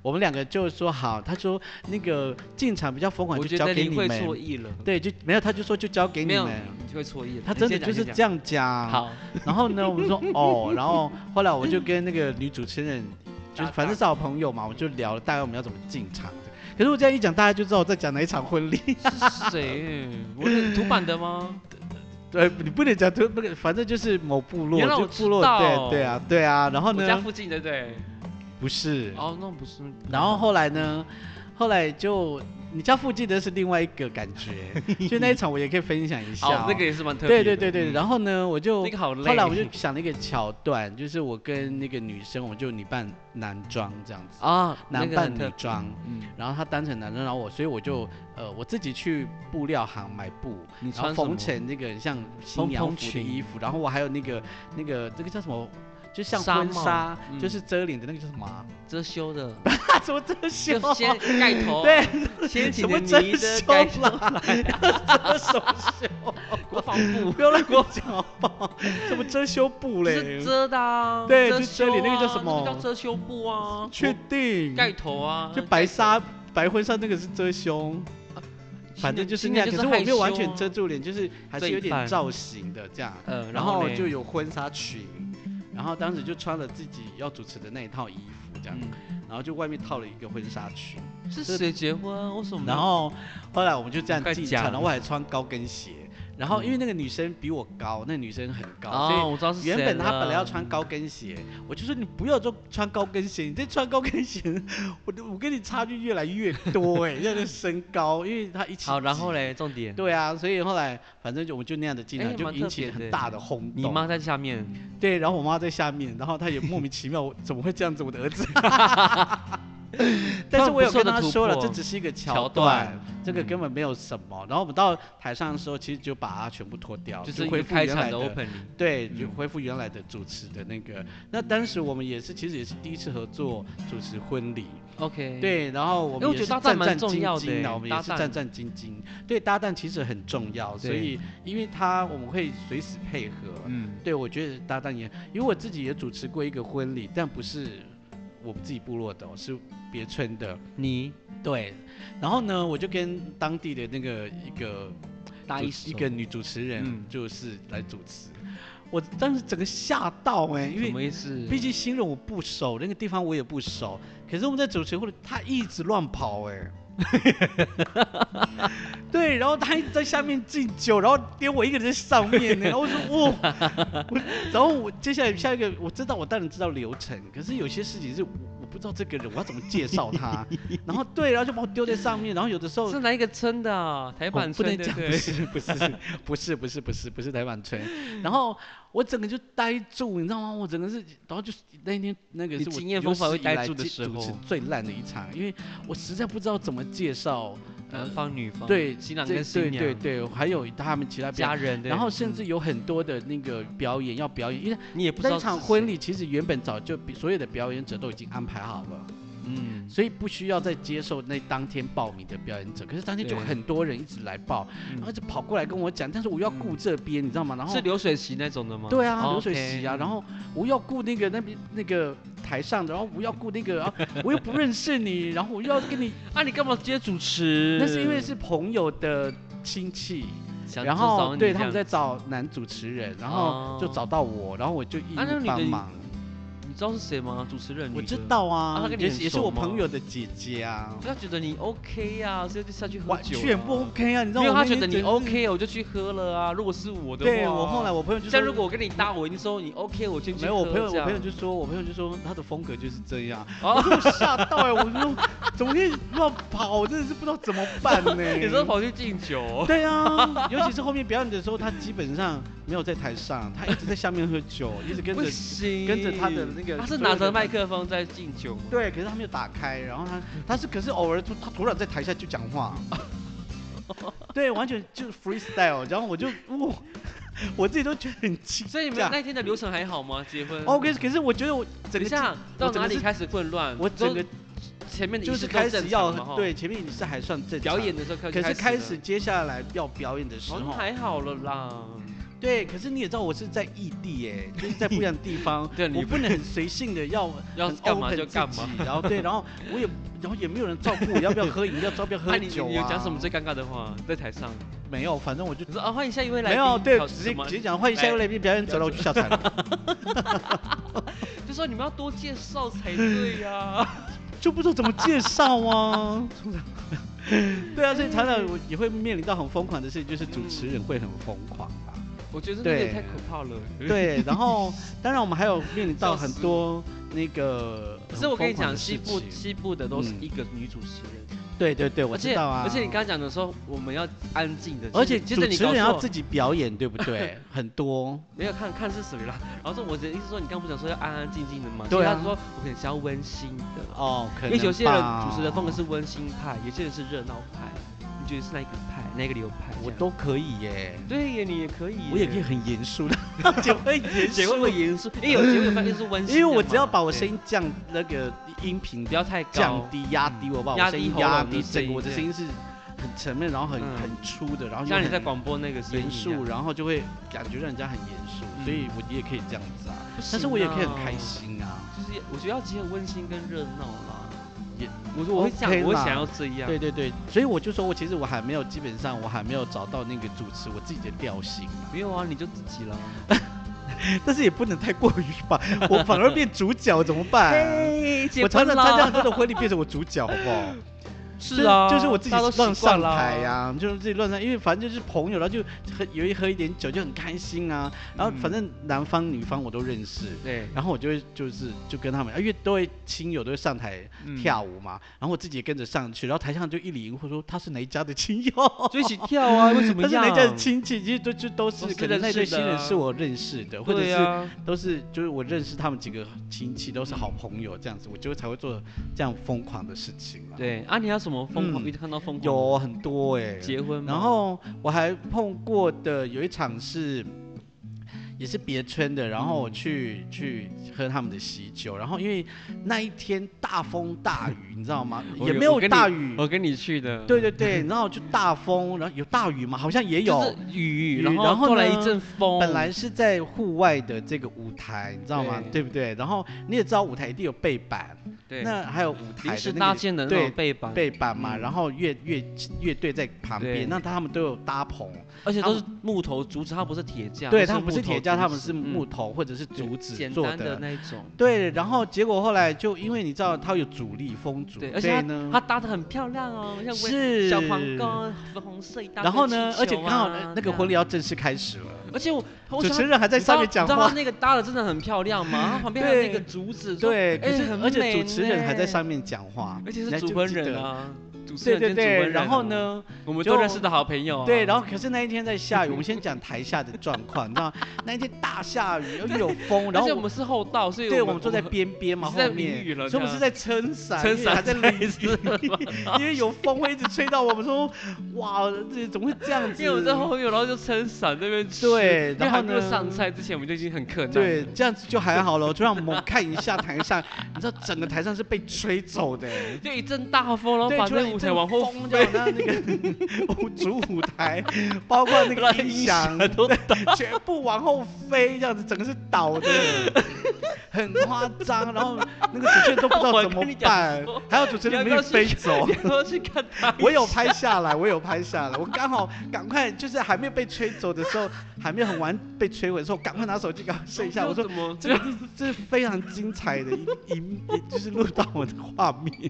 S1: 我们两个就说好，他说那个进场比较疯狂，
S2: 我
S1: 就
S2: 觉
S1: 交
S2: 得
S1: 给
S2: 你
S1: 你
S2: 会错
S1: 们。
S2: 意了，
S1: 对，就没有，他就说就交给你
S2: 没有
S1: 们。
S2: 你会错意了。
S1: 他
S2: 你
S1: 真的
S2: 先讲
S1: 就是
S2: 先
S1: 这
S2: 讲
S1: 样讲。
S2: 好，
S1: 然后呢，我们 说哦，然后后来我就跟那个女主持人，就是
S2: 搭档
S1: 反正是好朋友嘛，我就聊了大概我们要怎么进场的。可是我这样一讲，大家就知道我在讲哪一场婚礼。
S2: 是谁？我是土版的吗？
S1: 对，呃你不能讲，就不能，反正就是某部落，
S2: 你让
S1: 就
S2: 我
S1: 部
S2: 知
S1: 落，对
S2: 道
S1: 对啊，对啊。然后
S2: 我家
S1: 呢，
S2: 附近的对。
S1: 不是，
S2: 哦，那不是。
S1: 然后后来呢，后来就你家附近的是另外一个感 觉，就那一场我也可以分享一下、
S2: 哦
S1: 哦，。
S2: 那个也是蛮特别
S1: 对
S2: 的。
S1: 对对对，然后呢，我就
S2: 后那个好累。
S1: 后来我就想了一个桥段，就是我跟那个女生，我就你扮男装这样子，
S2: 啊，那
S1: 男
S2: 个
S1: 扮
S2: 很
S1: 女
S2: 特，
S1: 装，
S2: 嗯，
S1: 然后她单成男装，然后我，所以我就呃我自己去布料行买布，
S2: 你
S1: 然后
S2: 穿什
S1: 缝
S2: 么
S1: 成那个像新娘
S2: 蓬
S1: 服的
S2: 裙
S1: 衣服，然后我还有那个那个那个叫什么，就像
S2: 纱
S1: 婚
S2: 帽
S1: 纱，就
S2: 嗯
S1: 是遮脸的那个叫什么啊？
S2: 遮羞的，
S1: 啊，怎么遮羞
S2: 就
S1: 啊？
S2: 先盖头，
S1: 对，
S2: 先
S1: 什
S2: 请
S1: 么
S2: 的
S1: 遮
S2: 泥的
S1: 羞
S2: 盖头
S1: 啦？ 遮羞，
S2: 国防 部，
S1: 不要乱给我讲好不好？什么遮羞布
S2: 就
S1: 嘞
S2: 是？遮的啊，
S1: 对
S2: 遮
S1: 就遮脸
S2: 羞
S1: 那个叫
S2: 啊
S1: 什
S2: 那个
S1: 么
S2: 叫遮羞布啊，
S1: 确定？
S2: 盖头啊，
S1: 就白纱、白婚纱那个是遮胸，反正就是
S2: 新
S1: 那
S2: 娘
S1: 样。可
S2: 就是
S1: 我没有完全遮
S2: 住，
S1: 住脸，就是还是有
S2: 罪
S1: 点
S2: 犯
S1: 造型的这样。
S2: 呃，
S1: 然
S2: 后
S1: 后
S2: 嘞
S1: 就有婚纱裙，然后当时就穿了自己要主持的那一套衣服这样，
S2: 嗯
S1: 然后就外面套了一个婚纱裙，
S2: 是
S1: 这
S2: 谁结婚啊？为什么？
S1: 然后后来我们就这样
S2: 快
S1: 进
S2: 讲
S1: 场，然后我还穿高跟鞋，然后因为
S2: 嗯
S1: 那个女生比我高，那女生很高，所以
S2: 哦，我知道是谁
S1: 原本她本来要
S2: 了
S1: 穿高跟鞋，我就说你不要就穿高跟鞋，你再穿高跟鞋，我的我跟你差距越来 越多哎、那个身高，因为她一起
S2: 好，然后
S1: 挤，
S2: 嘞，重点，
S1: 对啊，所以后来反正就我就那样的进
S2: 哎
S1: 场，就
S2: 蛮
S1: 引
S2: 特
S1: 起
S2: 别
S1: 很
S2: 的
S1: 大的轰动。
S2: 你妈在下面，
S1: 对，然后我妈在下面，然后她也莫名其妙，我怎么会这样子？我的儿子。 但是我有跟她说了，这只是一个桥
S2: 桥段嗯
S1: 这个根本没有什么。然后我们到台上的时候，其实就把它全部脱掉，
S2: 就是一
S1: 恢
S2: 个
S1: 复
S2: 开
S1: 原
S2: 场
S1: 来
S2: 的
S1: 的。
S2: opening，
S1: 对，
S2: 嗯
S1: 就恢复原来的主持的那个。那当时我们也是，其实也是第一次合作主持婚礼。
S2: OK，，
S1: 对，然后我
S2: 哎
S1: 们
S2: 我
S1: 也
S2: 觉
S1: 是
S2: 得搭
S1: 战
S2: 档
S1: 战
S2: 蛮
S1: 兢
S2: 重要的
S1: 兢啊
S2: 哎
S1: 的，我们也
S2: 搭
S1: 是
S2: 档
S1: 战战兢兢。对，搭档其实很重要，所
S2: 对
S1: 以因为他我们会随时配合。
S2: 嗯，
S1: 对，我觉得搭档也，因为我自己也主持过一个婚礼，但不是我们自己部落的、哦，是别村的。
S2: 你
S1: 对，然后呢，我就跟当地的那个一个
S2: 大
S1: 主
S2: 一
S1: 一个女主持人
S2: 嗯，
S1: 就是来主持，我当时整个吓到哎、因
S2: 什
S1: 为
S2: 么意思？
S1: 毕竟新人我不熟，那个地方我也不熟，可是我们在主持或者他一直乱跑哎、 对，然后他一直在下面敬酒，然后连我一个人在上面呢，然后我说哇、我然后我接下来下一个我知道我当然知道流程，可是有些事情是我我不知道这个人我要怎么介绍他， 然后对，然后就把我丢在上面，然后有的时候
S2: 是哪一个村的啊？台
S1: 我
S2: 版
S1: 哦不能
S2: 村对
S1: 讲，不
S2: 对？
S1: 是不是不是不是不是不是台湾 村，然后我整个就呆住，你知道吗？我整个是，然后就是那一天那个
S2: 你
S1: 是我
S2: 经验
S1: 有
S2: 丰富
S1: 史
S2: 会
S1: 以
S2: 呆
S1: 来
S2: 住的
S1: 记
S2: 时
S1: 主持
S2: 候
S1: 最烂的一场，因为我实在不知道怎么介绍，呃
S2: 男，方女方，
S1: 对，
S2: 嗯新郎
S1: 这
S2: 跟新娘，
S1: 对对对，还有他们其他表
S2: 家
S1: 演。
S2: 人，对嗯
S1: 然后甚至有很多的那个表演要表演，因为
S2: 你也不知
S1: 那
S2: 道
S1: 一场
S2: 是
S1: 婚
S2: 谁，
S1: 礼其实原本早就比所有的表演者都已经安排好了，
S2: 嗯，
S1: 所以不需要再接受那当天报名的表演者。可是当天就
S2: 对
S1: 很多人一直来报，然后
S2: 嗯
S1: 就跑过来跟我讲，但是我又要顾这边，你知道吗？然后
S2: 是流水席那种的吗？
S1: 对啊，
S2: 哦
S1: 流水
S2: OK，
S1: 席啊，
S2: 嗯
S1: 然后我又要顾那个那边那个台上的，然后我要顾那个，然后 我又不认识你，然后我又要跟你，
S2: 啊，你干嘛直接主持？
S1: 那是因为是朋友的亲戚，
S2: 想
S1: 然
S2: 就找
S1: 后
S2: 你
S1: 对
S2: 这
S1: 他们
S2: 样
S1: 在找男主持人，然后就
S2: 哦
S1: 找到我，然后我就义
S2: 啊那
S1: 务
S2: 你
S1: 帮
S2: 的
S1: 忙。
S2: 你知道是谁吗？主持人，
S1: 我
S2: 女
S1: 知
S2: 的。
S1: 道啊，
S2: 啊她跟你
S1: 也
S2: 很
S1: 是也是
S2: 熟
S1: 我
S2: 吗
S1: 朋友的姐姐啊，
S2: 他觉得你 OK 呀、啊，所以就下去喝
S1: 完
S2: 酒、啊。
S1: 全不 OK 啊，你知道
S2: 没有，
S1: 我
S2: 他
S1: 那
S2: 觉
S1: 天
S2: 得你
S1: 真是
S2: OK，我就去喝了啊。如果是我的话，
S1: 对我后来我朋友就
S2: 像
S1: 说
S2: 如果我跟你搭，我一定说你 OK，我先去
S1: 没有，我
S2: 喝
S1: 朋友我
S2: 这样
S1: 朋友就说，我朋友就说他的风格就是这样，
S2: 啊，
S1: 我 吓到哎、我说怎么可以乱跑，我真的是不知道怎么办呢、
S2: 你说跑去哦敬 酒、
S1: 对啊，尤其是后面表演的时候，他基本上没有在台上，他一直在下面喝酒，一直跟着
S2: 不。行，
S1: 跟着他的那个
S2: 他
S1: 所
S2: 是
S1: 有
S2: 拿
S1: 的
S2: 着麦克风在敬酒吗？
S1: 对，可是他没有打开，然后他他是可是偶尔突他突然在台下就讲 话，对，完全就是 freestyle，然后我就我我自己都觉得很奇怪。
S2: 所以你
S1: 这
S2: 们
S1: 样
S2: 那天的流程还好吗？结婚
S1: OK，可哦是我觉得我整
S2: 等一
S1: 个
S2: 下啊到
S1: 我整个
S2: 哪里
S1: 是
S2: 开始混乱？
S1: 我
S2: 都
S1: 整个
S2: 前面的仪
S1: 就
S2: 式
S1: 是
S2: 都
S1: 开始
S2: 正
S1: 要
S2: 常嘛哈
S1: 对前面你是还算正常
S2: 表演，的时候开
S1: 可是开
S2: 了
S1: 始接下来要表演的时
S2: 哦那
S1: 候，
S2: 还好了啦。
S1: 对，可是你也知道我是在异地
S2: ，
S1: 耶，就是在不一样的地方
S2: 对你
S1: 我不能很随性的要
S2: 要
S1: 很
S2: 干嘛
S1: open
S2: 就
S1: 自
S2: 干
S1: 己
S2: 嘛
S1: 然后对，然后我也然后也没有人照顾我要不要喝饮料，要不要喝
S2: 那你
S1: 酒啊？
S2: 你有讲什么最尴尬的话在台上？
S1: 没有，反正我就
S2: 你说啊，欢迎下一位来
S1: 没
S2: 宾，
S1: 有对
S2: 好，
S1: 直
S2: 什
S1: 接
S2: 么哎
S1: 直接讲欢迎下一位来宾表演者了，我就下台 了，
S2: 哎就说你们要多介绍才对啊呀、
S1: 就不知道怎么介绍啊。 对啊，所以常常我也会面临到很疯狂的事情，就是主持人会很疯狂啊。
S2: 我觉得那个也
S1: 对
S2: 太可怕了。，
S1: 对，然后当然我们还有面临到
S2: 笑
S1: 很
S2: 死
S1: 多那个
S2: 可
S1: 很疯狂的事情，
S2: 是我跟你讲，西部西部的都是
S1: 嗯
S2: 一个女主持人，
S1: 对对对，我
S2: 而
S1: 知
S2: 且
S1: 道啊。
S2: 而且你刚刚讲的说我们要安静的，
S1: 而且
S2: 其
S1: 主
S2: 实你
S1: 持人
S2: 告诉
S1: 要
S2: 我
S1: 自己表演，对不对？ 很多，
S2: 没有看看是谁啦。然后说我的意思说你刚不讲说要安安静静的嘛，
S1: 对啊
S2: 所以他说我可能是要温馨的，
S1: 哦，可
S2: 因
S1: 能
S2: 为有些人
S1: 吧
S2: 主持的风格是温馨派，有些人是热闹派，你觉得是哪一个派，哪一个流派？
S1: 我
S2: 这样
S1: 都可以耶，
S2: 对耶，你也可以耶，
S1: 我也可以很严 肃的，结婚严
S2: 结婚
S1: 肃
S2: 会，严肃，因为有结婚发现是温馨
S1: 因
S2: 的
S1: 为
S2: 嘛，
S1: 我只要把我声
S2: 对
S1: 音降那个音频
S2: 不要太
S1: 降
S2: 高，
S1: 低、压低，我把
S2: 压
S1: 我声
S2: 低
S1: 音
S2: 喉
S1: 压
S2: 咙的
S1: 低，
S2: 声
S1: 整个我
S2: 音
S1: 的
S2: 这
S1: 声音是很沉闷，然后很
S2: 嗯
S1: 很粗的，然后又
S2: 像你在
S1: 很
S2: 广播那个声音
S1: 严
S2: 一样
S1: 肃，然后就会感觉让人家很严肃，所以我也可以这样子啊，但是我也可以很开。心嗯啊。
S2: 不行啊就是我觉得要结合温馨跟热闹啦。
S1: 也，
S2: 我说我会想
S1: OK，啦
S2: 我会想要这样。
S1: 对，对对，所以我就说我其实我还没有，基本上我还没有找到那个主持我自己的调性 啊，
S2: 没有啊，你就自己啦。
S1: 但是也不能太过于吧，我反而变主角怎么办？哎我常常参加很多的婚礼，变成我主角，好不好？
S2: 是 啊，
S1: 就是就是我自己
S2: 大家都
S1: 乱
S2: 习
S1: 上
S2: 惯啦
S1: 台呀、。就是自己乱上，因为反正就是朋友，然后就喝，有一喝一点酒就很开心啊。然后
S2: 嗯
S1: 反正男方女方我都认识，
S2: 对，
S1: 然后我就会就是就跟他们，因为都会亲友都会上台
S2: 嗯
S1: 跳舞嘛，然后我自己也跟着上去，然后台上就一礼一会说他是哪一家的亲友，
S2: 就一起 跳啊，为什么
S1: 他
S2: 要？
S1: 是哪一家的亲戚，其实都就都是
S2: 都是
S1: 可能那
S2: 认识
S1: 对
S2: 的
S1: 新人是我认识的，或者
S2: 对
S1: 是
S2: 啊，
S1: 都是就是我认识他们几个亲戚都是好朋友这样子，我就才会做这样疯狂的事情啦。，
S2: 对啊，你还有什么疯狂？
S1: 嗯
S2: 遇看到疯狂
S1: 有很多哎、
S2: 结婚吗，
S1: 然后我还碰过的有一场是，也是别村的，然后我去、去喝他们的喜酒，然后因为那一天大风大雨，你知道吗？
S2: 我
S1: 也没有
S2: 哦我跟你
S1: 大雨，
S2: 我跟你去的，
S1: 对对对，然后就大风，然后有大雨嘛，好像也有。
S2: 就是哦雨，
S1: 雨
S2: 然后
S1: 然后
S2: 过来
S1: 呢
S2: 一阵风，
S1: 本来是在户外的这个舞台，你知道吗？
S2: 对
S1: 对不对？然后你也知道舞台一定有背板，
S2: 对
S1: 那还有舞台
S2: 临时
S1: 的
S2: 搭
S1: 那个
S2: 建的那
S1: 对
S2: 种背板，
S1: 背板嘛，
S2: 嗯
S1: 然后乐乐乐队在旁
S2: 对
S1: 边，那他们都有搭棚，
S2: 而且
S1: 他
S2: 都
S1: 们
S2: 是木头竹子，它不是铁架，
S1: 对，
S2: 都
S1: 他们不是
S2: 木头
S1: 铁架，
S2: 竹
S1: 他们
S2: 子
S1: 是
S2: 嗯
S1: 木头或者是
S2: 对
S1: 竹子
S2: 简
S1: 做
S2: 单的那一种。嗯
S1: 对，然后结果后来就因为你知道它有阻力风阻，
S2: 对，
S1: 对
S2: 而且它
S1: 呢，
S2: 它搭的很漂亮哦，像微
S1: 是
S2: 小皇宫、粉红色一大堆
S1: 然后呢，
S2: 气
S1: 而且
S2: 球
S1: 刚好
S2: 啊嗯
S1: 那那个婚礼，要正式开始了，
S2: 这样而且我我
S1: 主
S2: 想
S1: 持人还在
S2: 你知道
S1: 上面讲
S2: 你知道
S1: 话
S2: 它，那个搭的真的很漂亮嘛，它旁边还有那
S1: 对
S2: 个竹子，说
S1: 对，可
S2: 哎
S1: 是
S2: 很
S1: 而且
S2: 美
S1: 主持人还在
S2: 呢
S1: 上面讲话，
S2: 而且
S1: 你还
S2: 是
S1: 记
S2: 主
S1: 不
S2: 婚
S1: 记
S2: 人
S1: 得，
S2: 啊，主持
S1: 对对
S2: 人跟主
S1: 对，
S2: 婚人
S1: 然后
S2: 啊，
S1: 呢，
S2: 我们都
S1: 就
S2: 认识的好朋友啊，
S1: 对，然后可是那一天在下雨，我们先讲台下的状况，你知道吗，那一天大下雨，又有风，然
S2: 而
S1: 后
S2: 且我们是后到，所以
S1: 对，我们坐在边边嘛，
S2: 你是在
S1: 后面
S2: 淋雨了
S1: 所以我们是
S2: 这
S1: 在撑伞，
S2: 撑
S1: 因为
S2: 伞
S1: 还在
S2: 在
S1: 淋雨，因为有风会一直吹到我们说，哇，这怎么会这样子？
S2: 因为我们在后面，然后就撑伞那边吃，
S1: 对
S2: 因为
S1: 然后
S2: 还没有
S1: 呢
S2: 上菜之前，我们就已经很困难。
S1: 对，，这样子就还好了，就让我们看一下台上，你知道整个台上是被吹走的。
S2: 就一阵大风，然后
S1: 对，
S2: 把
S1: 就
S2: 那舞台往后
S1: 风掉，然后那个舞 主舞台，包括那个
S2: 让音
S1: 音 响
S2: 响都
S1: 对全部往后飞，这样子整个是倒的，很夸张。然后那个主持人都不知道
S2: 我跟
S1: 怎么
S2: 你讲
S1: 办
S2: 说，
S1: 还有主持人没有飞走
S2: 你。要不要去看他？
S1: 我有拍下来，我有拍下来，我刚好赶快就是还没有被吹走的时候，还没有很完被摧毁的时候，赶快拿手机赶快摄一下。我 说
S2: 怎么
S1: 这个这是非常精彩的一一一就是录到我的画面，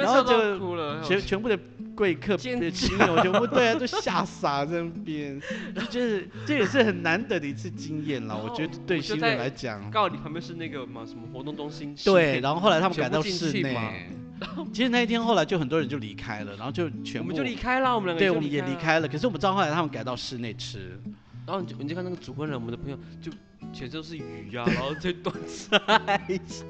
S1: 然后就
S2: 哭了，
S1: 全全部的贵客、
S2: 哎尖
S1: 亲友全部对啊都吓傻在那 边，就觉得这也是很难得的一次经验啦。
S2: 然
S1: 我
S2: 后
S1: 觉得对
S2: 我就
S1: 新
S2: 在
S1: 人来讲，
S2: 告诉你旁边是那个嘛什么活动中心，
S1: 对，然后后来他们
S2: 全
S1: 赶
S2: 部
S1: 到
S2: 进
S1: 室
S2: 去
S1: 内
S2: 嘛，
S1: 其实那一天后来就很多人就离开了，然后就全
S2: 我
S1: 部
S2: 们就离开了，我们两个啊
S1: 对，
S2: 就
S1: 我们也离
S2: 了。
S1: 开了。可是我们知道后来他们改到室内 吃，
S2: 然后你就你就看那个主婚人，我们的朋友就全都是鱼呀、然后就端 菜吃，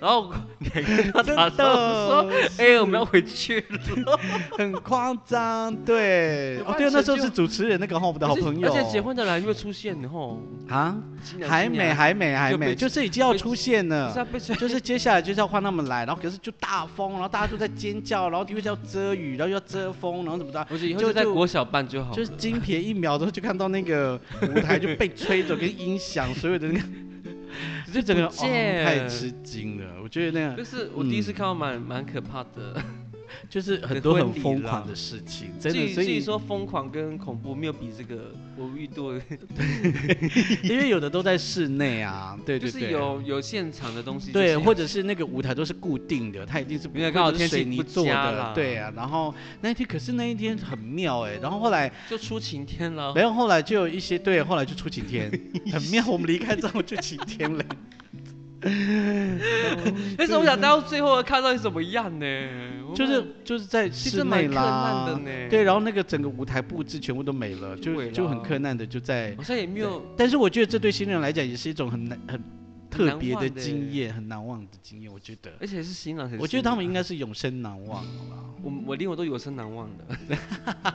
S2: 然后你还跟他
S1: 真
S2: 打招呼啊说
S1: 的，
S2: 哎、我们要回去了。
S1: 很夸张。对，
S2: 有
S1: 哦
S2: 办，
S1: 对，那时候
S2: 成就是
S1: 主持人那个哈，我们的好朋友。
S2: 而且而且结婚的人还没有出现呢吼，
S1: 啊，
S2: 新娘
S1: 还
S2: 新
S1: 没，
S2: 娘
S1: 还没，还
S2: 就被
S1: 没，就是已经要出现
S2: 不是
S1: 了。
S2: 啊被
S1: 就是接下来就是要换他们来，然后可是就大风，然后大家都在尖叫，然后因为要遮雨，然后又要遮风，然后怎么着，
S2: 我觉得以后
S1: 就
S2: 就在
S1: 就
S2: 国小办就好了，
S1: 就是金撇一秒之后就看到那个舞台就被吹走，跟音响所有的 那个，就整个、哦、
S2: 不见
S1: 太吃惊了。我觉得那个
S2: 就是我第一次
S1: 嗯
S2: 看到蛮蛮可怕 的，
S1: 就是很
S2: 的
S1: 多
S2: 婚
S1: 很
S2: 礼
S1: 疯
S2: 啦
S1: 狂的事情，
S2: 至
S1: 真的。
S2: 于
S1: 所
S2: 至
S1: 以
S2: 于说疯狂跟恐怖没有比这个我遇到的，
S1: 因为有的都在室内啊，对对
S2: 就
S1: 对，
S2: 是有有现场的东西，
S1: 对，
S2: 就是
S1: 或者是那个舞台都是固定的，它一定是
S2: 因为刚好
S1: 或者是
S2: 天气
S1: 水泥
S2: 不
S1: 做
S2: 佳
S1: 的
S2: 啦，
S1: 对啊。然后那一天，可是那一天很妙哎、然后后来，
S2: 就出晴天了，
S1: 然后后来就有一些对，后来就出晴 天，很妙。我们离开之后就晴天了，
S2: 但是我想待到最后看到底怎么样呢？我
S1: 就是
S2: 们
S1: 就是在
S2: 其
S1: 室
S2: 实
S1: 内
S2: 蛮困难的
S1: 啦。
S2: 呢。
S1: 对，然后那个整个舞台布置全部都没了，就
S2: 毁
S1: 就很
S2: 了
S1: 困难的就在
S2: 好像也没有
S1: 但是我觉得这对新人来讲也是一种很难很特
S2: 难
S1: 别的
S2: 忘的
S1: 经
S2: 欸
S1: 验，很难忘的经验。我觉得，
S2: 而且是新郎还是
S1: 我觉得他们应
S2: 该，
S1: 该是永生难忘了。
S2: 啊我我连我都有生难忘的。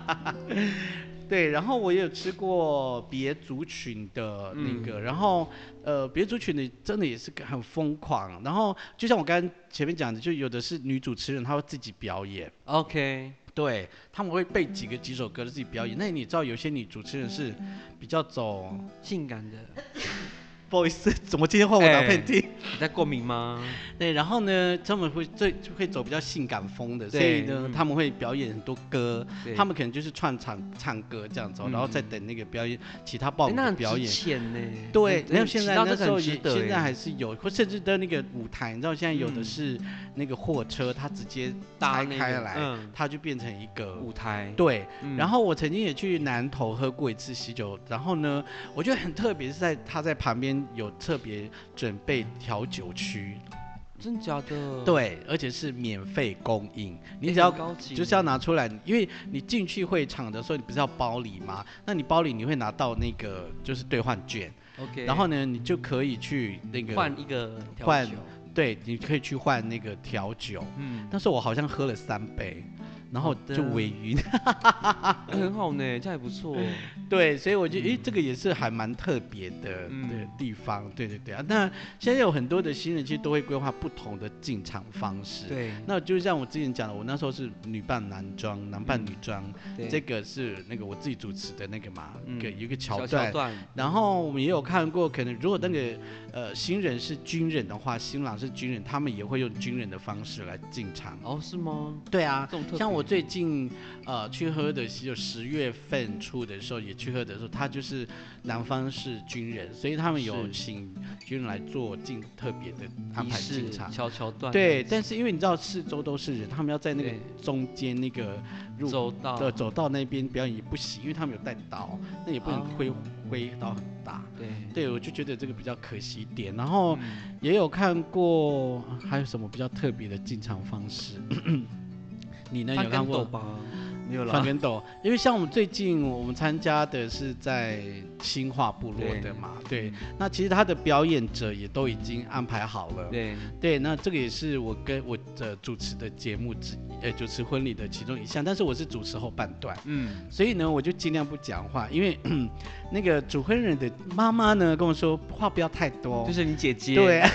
S1: 对，然后我也有吃过别族群的那个，然后呃，别族群的真的也是很疯狂。然后就像我刚刚前面讲的，就有的是女主持人她会自己表演，
S2: OK，
S1: 对嗯他们会背几个几首歌自己表演。那你知道有些女主持人是比较走
S2: 性感的，
S1: 不好意思，怎么今天换我打
S2: 哎
S1: 喷嚏？
S2: 你在过敏吗？
S1: 对，然后呢，他们会最就会走比较性感风的，所以
S2: 对
S1: 呢，
S2: 嗯
S1: 他们会表演很多歌，
S2: 对
S1: 他们可能就是串场唱歌这样子哦，然后再等那个表演其他报
S2: 哎
S1: 名
S2: 那
S1: 的
S2: 很
S1: 表演。
S2: 值钱呢。
S1: 对，
S2: 那
S1: 然后现在
S2: 那
S1: 那时候也
S2: 值得
S1: 现在
S2: 哎
S1: 还是有，或甚至的那个舞台，你知道现在有的
S2: 嗯
S1: 是那个货车，它直接
S2: 搭
S1: 拆
S2: 那个
S1: 开来，
S2: 嗯
S1: 它就变成一个
S2: 舞台，
S1: 对，
S2: 嗯
S1: 然后我曾经也去南投喝过一次喜酒，然后呢，我觉得很特别，是在他在旁边有特别准备调酒区，
S2: 真假的？
S1: 对，而且是免费供应，你
S2: 嗯哎
S1: 只要
S2: 很高级
S1: 就是要拿出来，因为你进去会场的时候，你不是要包礼吗？那你包礼你会拿到那个就是兑换券，
S2: OK，
S1: 然后呢，你就可以去那个
S2: 换，一个调
S1: 换
S2: 酒
S1: 对，你可以去换那个调酒。
S2: 嗯，
S1: 但是我好像喝了三杯，然后
S2: 好的
S1: 就尾鱼。
S2: 哎很好呢，这样也不错。
S1: 对，所以我觉得，诶，这个也是还蛮特别的
S2: 嗯
S1: 的地方。对对对啊，那现在有很多的新人其实都会规划不同的进场方式。
S2: 对，
S1: 那就像我之前讲的，我那时候是女扮男装，男扮女装，
S2: 嗯对
S1: 这个是那个我自己主持的那个嘛，
S2: 嗯
S1: 一个一个桥
S2: 小
S1: 段。
S2: 桥段，
S1: 然后我们也有看过，可能如果那个呃新人是军人的话，新郎是军人，他们也会用军人的方式来进场。
S2: 哦，是吗？
S1: 对啊
S2: 这，种特别
S1: 像我最近呃去喝的喜酒，十月份出的时候也去喝的时候，他就是南方是军人，所以他们有
S2: 是
S1: 请军人来做进特别的安
S2: 仪
S1: 排
S2: 式
S1: 进场。
S2: 小桥段，
S1: 对，但是因为你知道四周都是人，他们要在那个
S2: 对
S1: 中间那个入
S2: 走到
S1: 的走道那边表演也不行，因为他们有带刀，那也不
S2: 哦
S1: 能挥挥刀很大。
S2: 对
S1: 对，我就觉得这个比较可惜一点。然后
S2: 嗯
S1: 也有看过，还有什么比较特别的进场方式？ 你呢？
S2: 翻
S1: 有看
S2: 跟斗
S1: 过
S2: 吧，没有
S1: 翻
S2: 啦。
S1: 跟斗？因为像我们最近我们参加的是在新化部落
S2: 对
S1: 的嘛，对。那其实他的表演者也都已经安排好了。
S2: 对，
S1: 对，那这个也是我跟我的主持的节目之一，呃，主持婚礼的其中一项，但是我是主持后半段，
S2: 嗯，
S1: 所以呢，我就尽量不讲话，因为 那个主婚人的妈妈呢跟我说话不要太多，
S2: 就是你姐姐，，
S1: 对， 哦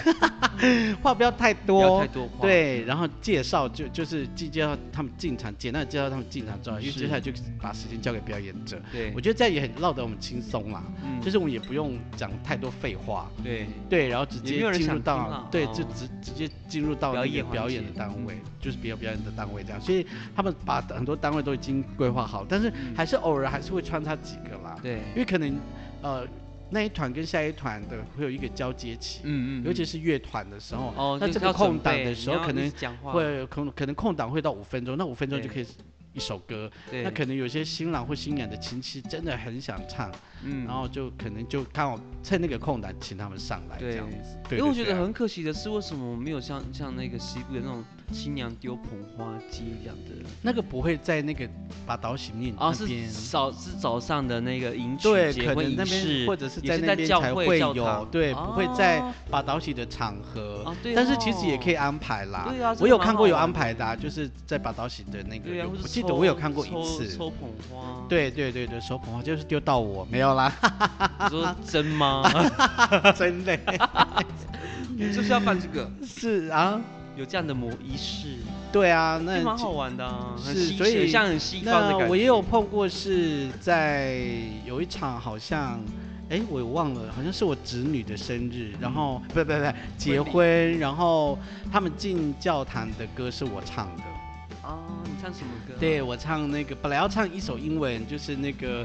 S1: 话不要太
S2: 不要
S1: 多
S2: 太，多话，嗯
S1: 对，然后介绍就就是介绍他们进场，简单的介绍他们进场之重要，因为
S2: 是
S1: 接下来就把时间交给表演者。
S2: 对
S1: 我，觉得这样也很闹得我们轻松啦，
S2: 嗯
S1: 就是我们也不用讲太多废话，
S2: 对，
S1: 对，然后直
S2: 也没
S1: 接
S2: 有人
S1: 进入
S2: 想听
S1: 到
S2: 啦
S1: 对，
S2: 哦
S1: 就直直接进入到
S2: 表
S1: 那个
S2: 演环
S1: 表
S2: 节嗯
S1: 演的单位，就是表表演的单位这样，所以他们把很多单位都已经规划好，但是
S2: 嗯
S1: 还是偶尔还是会穿插几个啦，
S2: 对，
S1: 因为可能呃那一团跟下一团的会有一个交接期，
S2: 嗯
S1: 尤其
S2: 是
S1: 是乐团的时候，
S2: 哦，
S1: 那
S2: 就
S1: 这
S2: 是
S1: 个
S2: 要
S1: 空
S2: 准
S1: 档
S2: 备
S1: 的时候
S2: 你要
S1: 可
S2: 一
S1: 能
S2: 直讲话，
S1: 会可能可能空档会到五分钟，那五分钟就
S2: 嗯对
S1: 可以是一首歌，
S2: 对，
S1: 那可能有些新郎或新娘的亲戚真的很想唱，
S2: 嗯
S1: 然后就可能就刚好趁那个空档请他们上来这
S2: 对
S1: 样子，
S2: 因
S1: 对
S2: 为
S1: 对
S2: 我觉
S1: 对
S2: 得
S1: 啊
S2: 很可惜的是，为什么我没有像像那个西部的那种新娘丢捧花街一样的？
S1: 那个不会在那个把导喜面
S2: 哦，
S1: 那
S2: 是
S1: 边。
S2: 早是早上的那个迎娶
S1: 对，
S2: 结
S1: 可
S2: 婚
S1: 能
S2: 仪
S1: 那
S2: 式
S1: 边，或者是
S2: 也
S1: 在
S2: 是
S1: 那
S2: 在
S1: 边
S2: 教
S1: 才
S2: 会
S1: 会
S2: 教
S1: 有，
S2: 堂
S1: 对，不会在
S2: 哦
S1: 把导喜的场合。
S2: 哦对
S1: 但是其实也可以
S2: 哦
S1: 安排啦
S2: 对啊，这
S1: 我
S2: 个
S1: 有
S2: 蛮
S1: 看
S2: 好
S1: 过有
S2: 玩
S1: 安
S2: 的
S1: 排的啊，就是在把导喜的那个
S2: 对啊，
S1: 有，
S2: 或
S1: 我
S2: 是
S1: 记得
S2: 抽
S1: 我有看过一
S2: 抽
S1: 次。
S2: 抽捧花，，
S1: 对对对对，手捧花就是丢到我没有啦，
S2: 你说真吗？
S1: 真的
S2: 你就是要办这个，
S1: 是啊，
S2: 有这样的模仪式，
S1: 对啊，那
S2: 就蛮
S1: 其
S2: 好玩的啊，很
S1: 是
S2: 西
S1: 所以
S2: 像很西方的感
S1: 那
S2: 觉。
S1: 我也有碰过是在有一场好像，哎，我忘了，好像是我侄女的生日，然后不不不结婚，然后他们进教堂的歌是我唱的，
S2: 啊，你唱什么歌啊？
S1: 对我唱那个本来要唱一首英文，就是那个。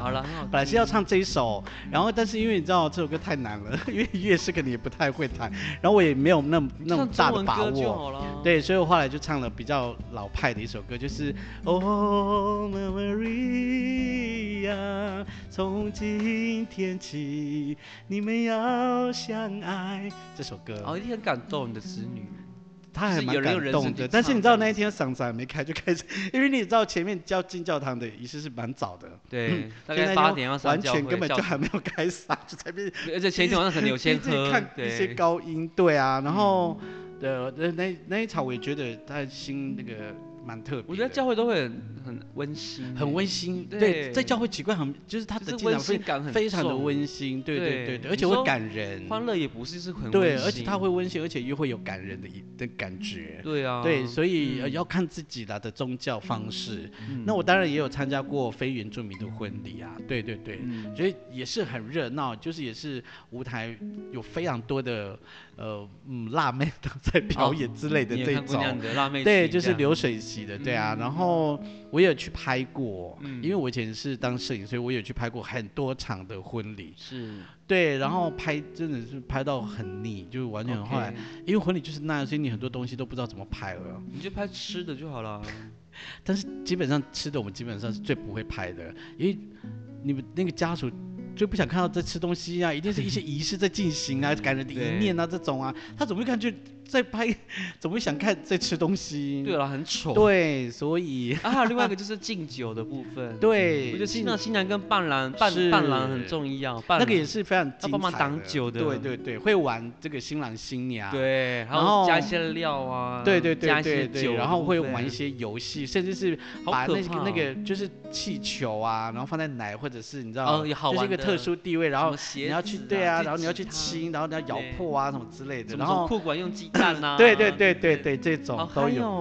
S2: 好，了，很好听
S1: 哦本来是要唱这一首，然后但是因为你知道这首歌太难了， 因为乐师可能也不太会弹，然后我也没有那么
S2: 你
S1: 那么大
S2: 唱
S1: 的
S2: 中文
S1: 把
S2: 歌就
S1: 握。
S2: 好了。
S1: 对，所以我后来就唱了比较老派的一首歌，就是哦，Maria，从今天起你们要相爱这首歌。
S2: 哦，一定很感动你的子女。
S1: 他还
S2: 是
S1: 蛮
S2: 有人有
S1: 感
S2: 人
S1: 动
S2: 生
S1: 的，
S2: 去
S1: 但是
S2: 唱
S1: 你知道
S2: 这样
S1: 那一天嗓子还没开就开始，因为你知道前面教进教堂的仪式是蛮早的，
S2: 对，大
S1: 所以那
S2: 概
S1: 天
S2: 八点要上
S1: 完
S2: 教
S1: 全
S2: 会
S1: 根本
S2: 教
S1: 就还没有开嗓， 就在那边
S2: 而且前一天晚上可能 有先
S1: 自己
S2: 喝
S1: 看，一些
S2: 对，嗯
S1: 高音，对啊，然后呃那那那一场我也觉得他心那个蛮特别的，
S2: 我觉得教会都会很很温馨，
S1: 很温，馨，
S2: 对
S1: 对，在教会奇怪很就是他的
S2: 就是
S1: 进
S2: 温
S1: 场非
S2: 馨感很
S1: 非常的
S2: 重，
S1: 温馨，对对对
S2: 对
S1: 对，
S2: 你
S1: 而且会
S2: 说
S1: 感人，
S2: 欢乐也不是是很
S1: 对，
S2: 温
S1: 而且他
S2: 馨
S1: 会温馨，而且又会有感人的一的感觉，
S2: 对啊，
S1: 对，所以呃
S2: 嗯
S1: 要看自己啦的宗教方式。
S2: 嗯
S1: 那我当然也有参加过非原住民的婚礼啊，对对对，
S2: 嗯
S1: 所以也是很热闹，就是也是舞台有非常多的呃嗯辣妹都在表演之类的
S2: 你也
S1: 这
S2: 看过那样
S1: 种。
S2: 的辣妹
S1: 对，
S2: 群
S1: 就是
S2: 这样
S1: 流水席的，对啊。
S2: 嗯
S1: 然后我也有去拍过，
S2: 嗯
S1: 因为我以前是当摄影，所以我也去拍过很多场的婚礼。
S2: 是
S1: 对，然后拍真的是拍到很腻，就是完全后来
S2: 嗯 OK，
S1: 因为婚礼就是那样，所以你很多东西都不知道怎么拍了。
S2: 你就拍吃的就好了，
S1: 但是基本上吃的我们基本上是最不会拍的，因为你们那个家属最不想看到在吃东西啊，一定是一些仪式在进行啊，感人的一面啊这种啊，他怎么会看就在拍，怎么会想看在吃东西？
S2: 对啊了，很丑。
S1: 嗯对所以
S2: 啊，还有另外一个就是敬酒的部分，我觉
S1: 对
S2: 得，新郎新娘跟伴郎伴
S1: 是
S2: 伴郎很重要，伴
S1: 那个
S2: 郎
S1: 也是非常精
S2: 帮忙
S1: 彩
S2: 挡酒的
S1: 对对对，会玩这个新郎新娘。
S2: 对，还
S1: 啊然
S2: 有加一
S1: 后
S2: 些料啊，
S1: 对对对
S2: 加一
S1: 对
S2: 些酒
S1: 对，
S2: 的
S1: 然后
S2: 部
S1: 会
S2: 分
S1: 玩一，些游戏，甚至是
S2: 好
S1: 把
S2: 可
S1: 那个
S2: 怕
S1: 那
S2: 哦
S1: 个就是气球啊，然后放在奶或者是你知道，
S2: 哦有好
S1: 这是一
S2: 玩
S1: 个特
S2: 的
S1: 殊地位，然
S2: 什
S1: 后
S2: 么
S1: 你
S2: 鞋
S1: 要去
S2: 子
S1: 对
S2: 啊，
S1: 啊，然后你要去
S2: 吉他，
S1: 亲，然后你要咬
S2: 对
S1: 破啊什么之类的，
S2: 怎么
S1: 然
S2: 从
S1: 后
S2: 裤管用 鸡蛋啊，
S1: 对对对对对，这
S2: 好
S1: 种
S2: 嗨
S1: 都有。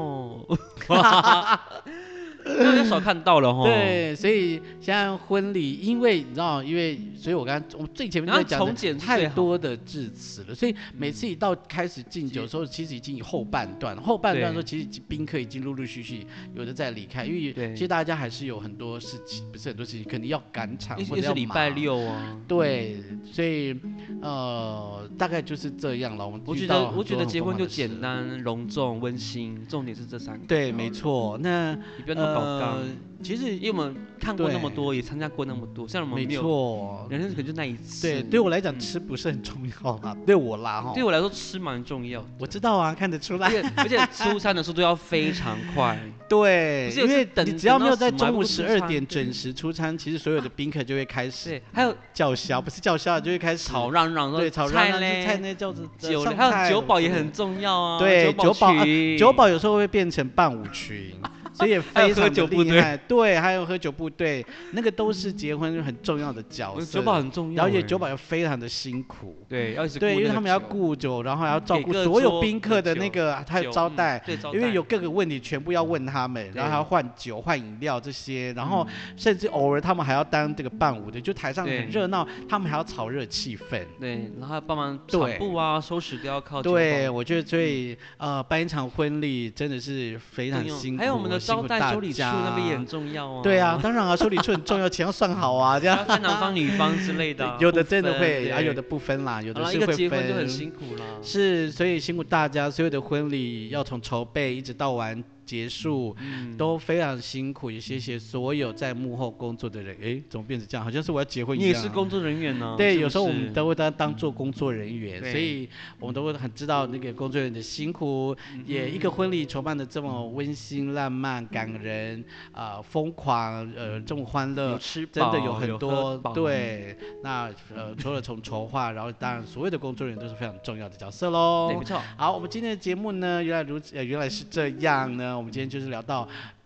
S2: 哦， 那我就少看到了哈，，
S1: 对，所以像婚礼，因为你知道，因为所以我刚刚我最前面
S2: 然
S1: 在
S2: 后
S1: 讲的
S2: 从简是
S1: 太
S2: 最好
S1: 多的致辞了，所以每次一到开始敬
S2: 嗯
S1: 酒的时候，其实已经后半段，后半段的时候，其实宾客已经陆陆续续有的在离开，因为
S2: 对
S1: 其实大家还是有很多事情，不是很多事情，肯定要赶场
S2: 又
S1: 或
S2: 又
S1: 者
S2: 是
S1: 要
S2: 礼拜
S1: 忙。
S2: 六啊，
S1: 对，所以呃，大概就是这样了。我们
S2: 我
S1: 遇
S2: 觉
S1: 到
S2: 得
S1: 很
S2: 我觉
S1: 多
S2: 得
S1: 很
S2: 结
S1: 疯
S2: 婚
S1: 狂
S2: 就
S1: 的事
S2: 简。单、隆重、温馨，重点是这三个，
S1: 对，没错。那
S2: 你不要那么搞纲
S1: 呃。其实
S2: 因为我们看过那么
S1: 对
S2: 多，也参加过那么多，虽然我们
S1: 没
S2: 没有，
S1: 错，
S2: 人生可能就那一次。
S1: 对，对我来讲
S2: 嗯
S1: 吃不是很重要啦，对我啦哈
S2: 对。我来说吃蛮重要的，
S1: 我知道啊，看得出
S2: 而
S1: 来。
S2: 且而且出餐的速度要非常 快。
S1: 对，
S2: 不是
S1: 因
S2: 有时
S1: 为
S2: 等
S1: 你只要
S2: 等
S1: 没有
S2: 到
S1: 在
S2: 死嘛
S1: 中午
S2: 不
S1: 十
S2: 出
S1: 二
S2: 餐
S1: 点
S2: 对
S1: 准时出餐，其实所有的宾客就会开始
S2: 对，还有
S1: 叫嚣，不是叫嚣，就会开始
S2: 吵嚷嚷说
S1: 对，吵嚷
S2: 菜
S1: 嚷是菜
S2: 嘞，
S1: 呢叫做
S2: 酒嘞，
S1: 上
S2: 还
S1: 菜
S2: 有酒
S1: 了
S2: 保
S1: 之
S2: 也
S1: 类的
S2: 很重要啊。
S1: 对，
S2: 酒
S1: 酒保啊
S2: 群
S1: 酒保有时候会变成伴舞群，所以也非
S2: 还有喝
S1: 常
S2: 酒
S1: 的
S2: 部队
S1: 厉害。对，还有喝酒部队，那个都是结婚很重要的角
S2: 我
S1: 色。
S2: 酒保很重要
S1: 然
S2: 欸，
S1: 后也酒保又非常的辛苦。
S2: 对，要一直
S1: 对，
S2: 顾
S1: 因为
S2: 那
S1: 他
S2: 个
S1: 们要
S2: 酒
S1: 顾酒，然后还要照
S2: 每
S1: 顾
S2: 个
S1: 所有
S2: 桌
S1: 宾客的那
S2: 酒
S1: 个，还有
S2: 酒
S1: 招
S2: 嗯
S1: 待，
S2: 对招
S1: 因
S2: 待
S1: 为有各个问题全部要问他们，然后还要
S2: 对嗯
S1: 换酒、换饮料这些，然后甚至偶尔他们还要当这个伴舞的，就台上
S2: 对
S1: 很热闹，他们还要炒热气氛。
S2: 对，然后还帮忙
S1: 对
S2: 场布啊、收拾都要靠酒保
S1: 对，我觉得
S2: 嗯
S1: 所以呃，办一场婚礼真的是非常
S2: 重要
S1: 辛苦，
S2: 还有我们的
S1: 辛
S2: 招
S1: 苦
S2: 待
S1: 大
S2: 修理处
S1: 家
S2: 那边也很重要啊。
S1: 对啊，，当然啊，修理处很重要，钱要算好啊，这
S2: 要
S1: 样。，
S2: 看男方女方之类 的啊
S1: 有的
S2: 不
S1: 真的
S2: 分
S1: 会，啊，
S2: 对
S1: 有的不分啦，有
S2: 好
S1: 的
S2: 啦
S1: 是
S2: 一个
S1: 会
S2: 结婚就很
S1: 分。
S2: 辛苦啦。
S1: 是，所以辛苦大家，所有的婚礼要从筹备一直到完结束，
S2: 嗯，
S1: 都非常辛苦，也谢谢所有在幕后工作的人。诶，怎么变成这样？好像是我要结婚一
S2: 你
S1: 样。啊
S2: 也是工作人员呢。
S1: 对，
S2: 嗯是
S1: 有
S2: 不
S1: 时候我
S2: 是嗯
S1: 们都会当当做工作人员，所
S2: 对
S1: 以我们都会很知道那个工作人员的辛苦。
S2: 嗯
S1: 也一个婚礼筹办的这么温馨、浪漫、感人、啊、疯狂，呃，这么欢乐
S2: 嗯有，吃
S1: 真的
S2: 饱
S1: 有很
S2: 喝
S1: 多
S2: 饱嗯
S1: 对。那呃，除了从筹划，然后当然所有的工作人员都是非常重要的角色
S2: 对，
S1: 喽
S2: 没。错。
S1: 好，我们今天的节目呢，原来如此，呃，原来是这样呢。我们今天就是聊到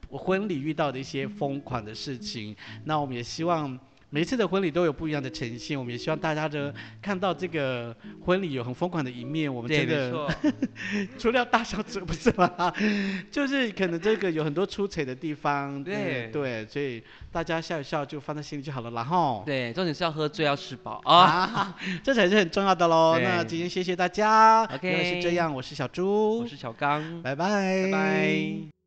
S1: 婚礼遇到的一些疯狂的事情。那我们也希望每一次的婚礼都有不一样的呈现。我们也希望大家的看到这个婚礼有很疯狂的一面。我们真
S2: 对，没
S1: 的
S2: 错。
S1: 除了大小者不是吗？ 就是可能这个有很多出彩的地方。
S2: 对
S1: 嗯对，所以大家笑一笑就放在心里就好了啦吼。
S2: 对，重点是要喝醉，要吃饱啊。
S1: 哦啊， 这才是很重要的喽。
S2: 对
S1: 那今天谢谢大家。
S2: OK
S1: 原来是这样，我是小猪，
S2: 我是小刚，
S1: 拜拜，
S2: 拜拜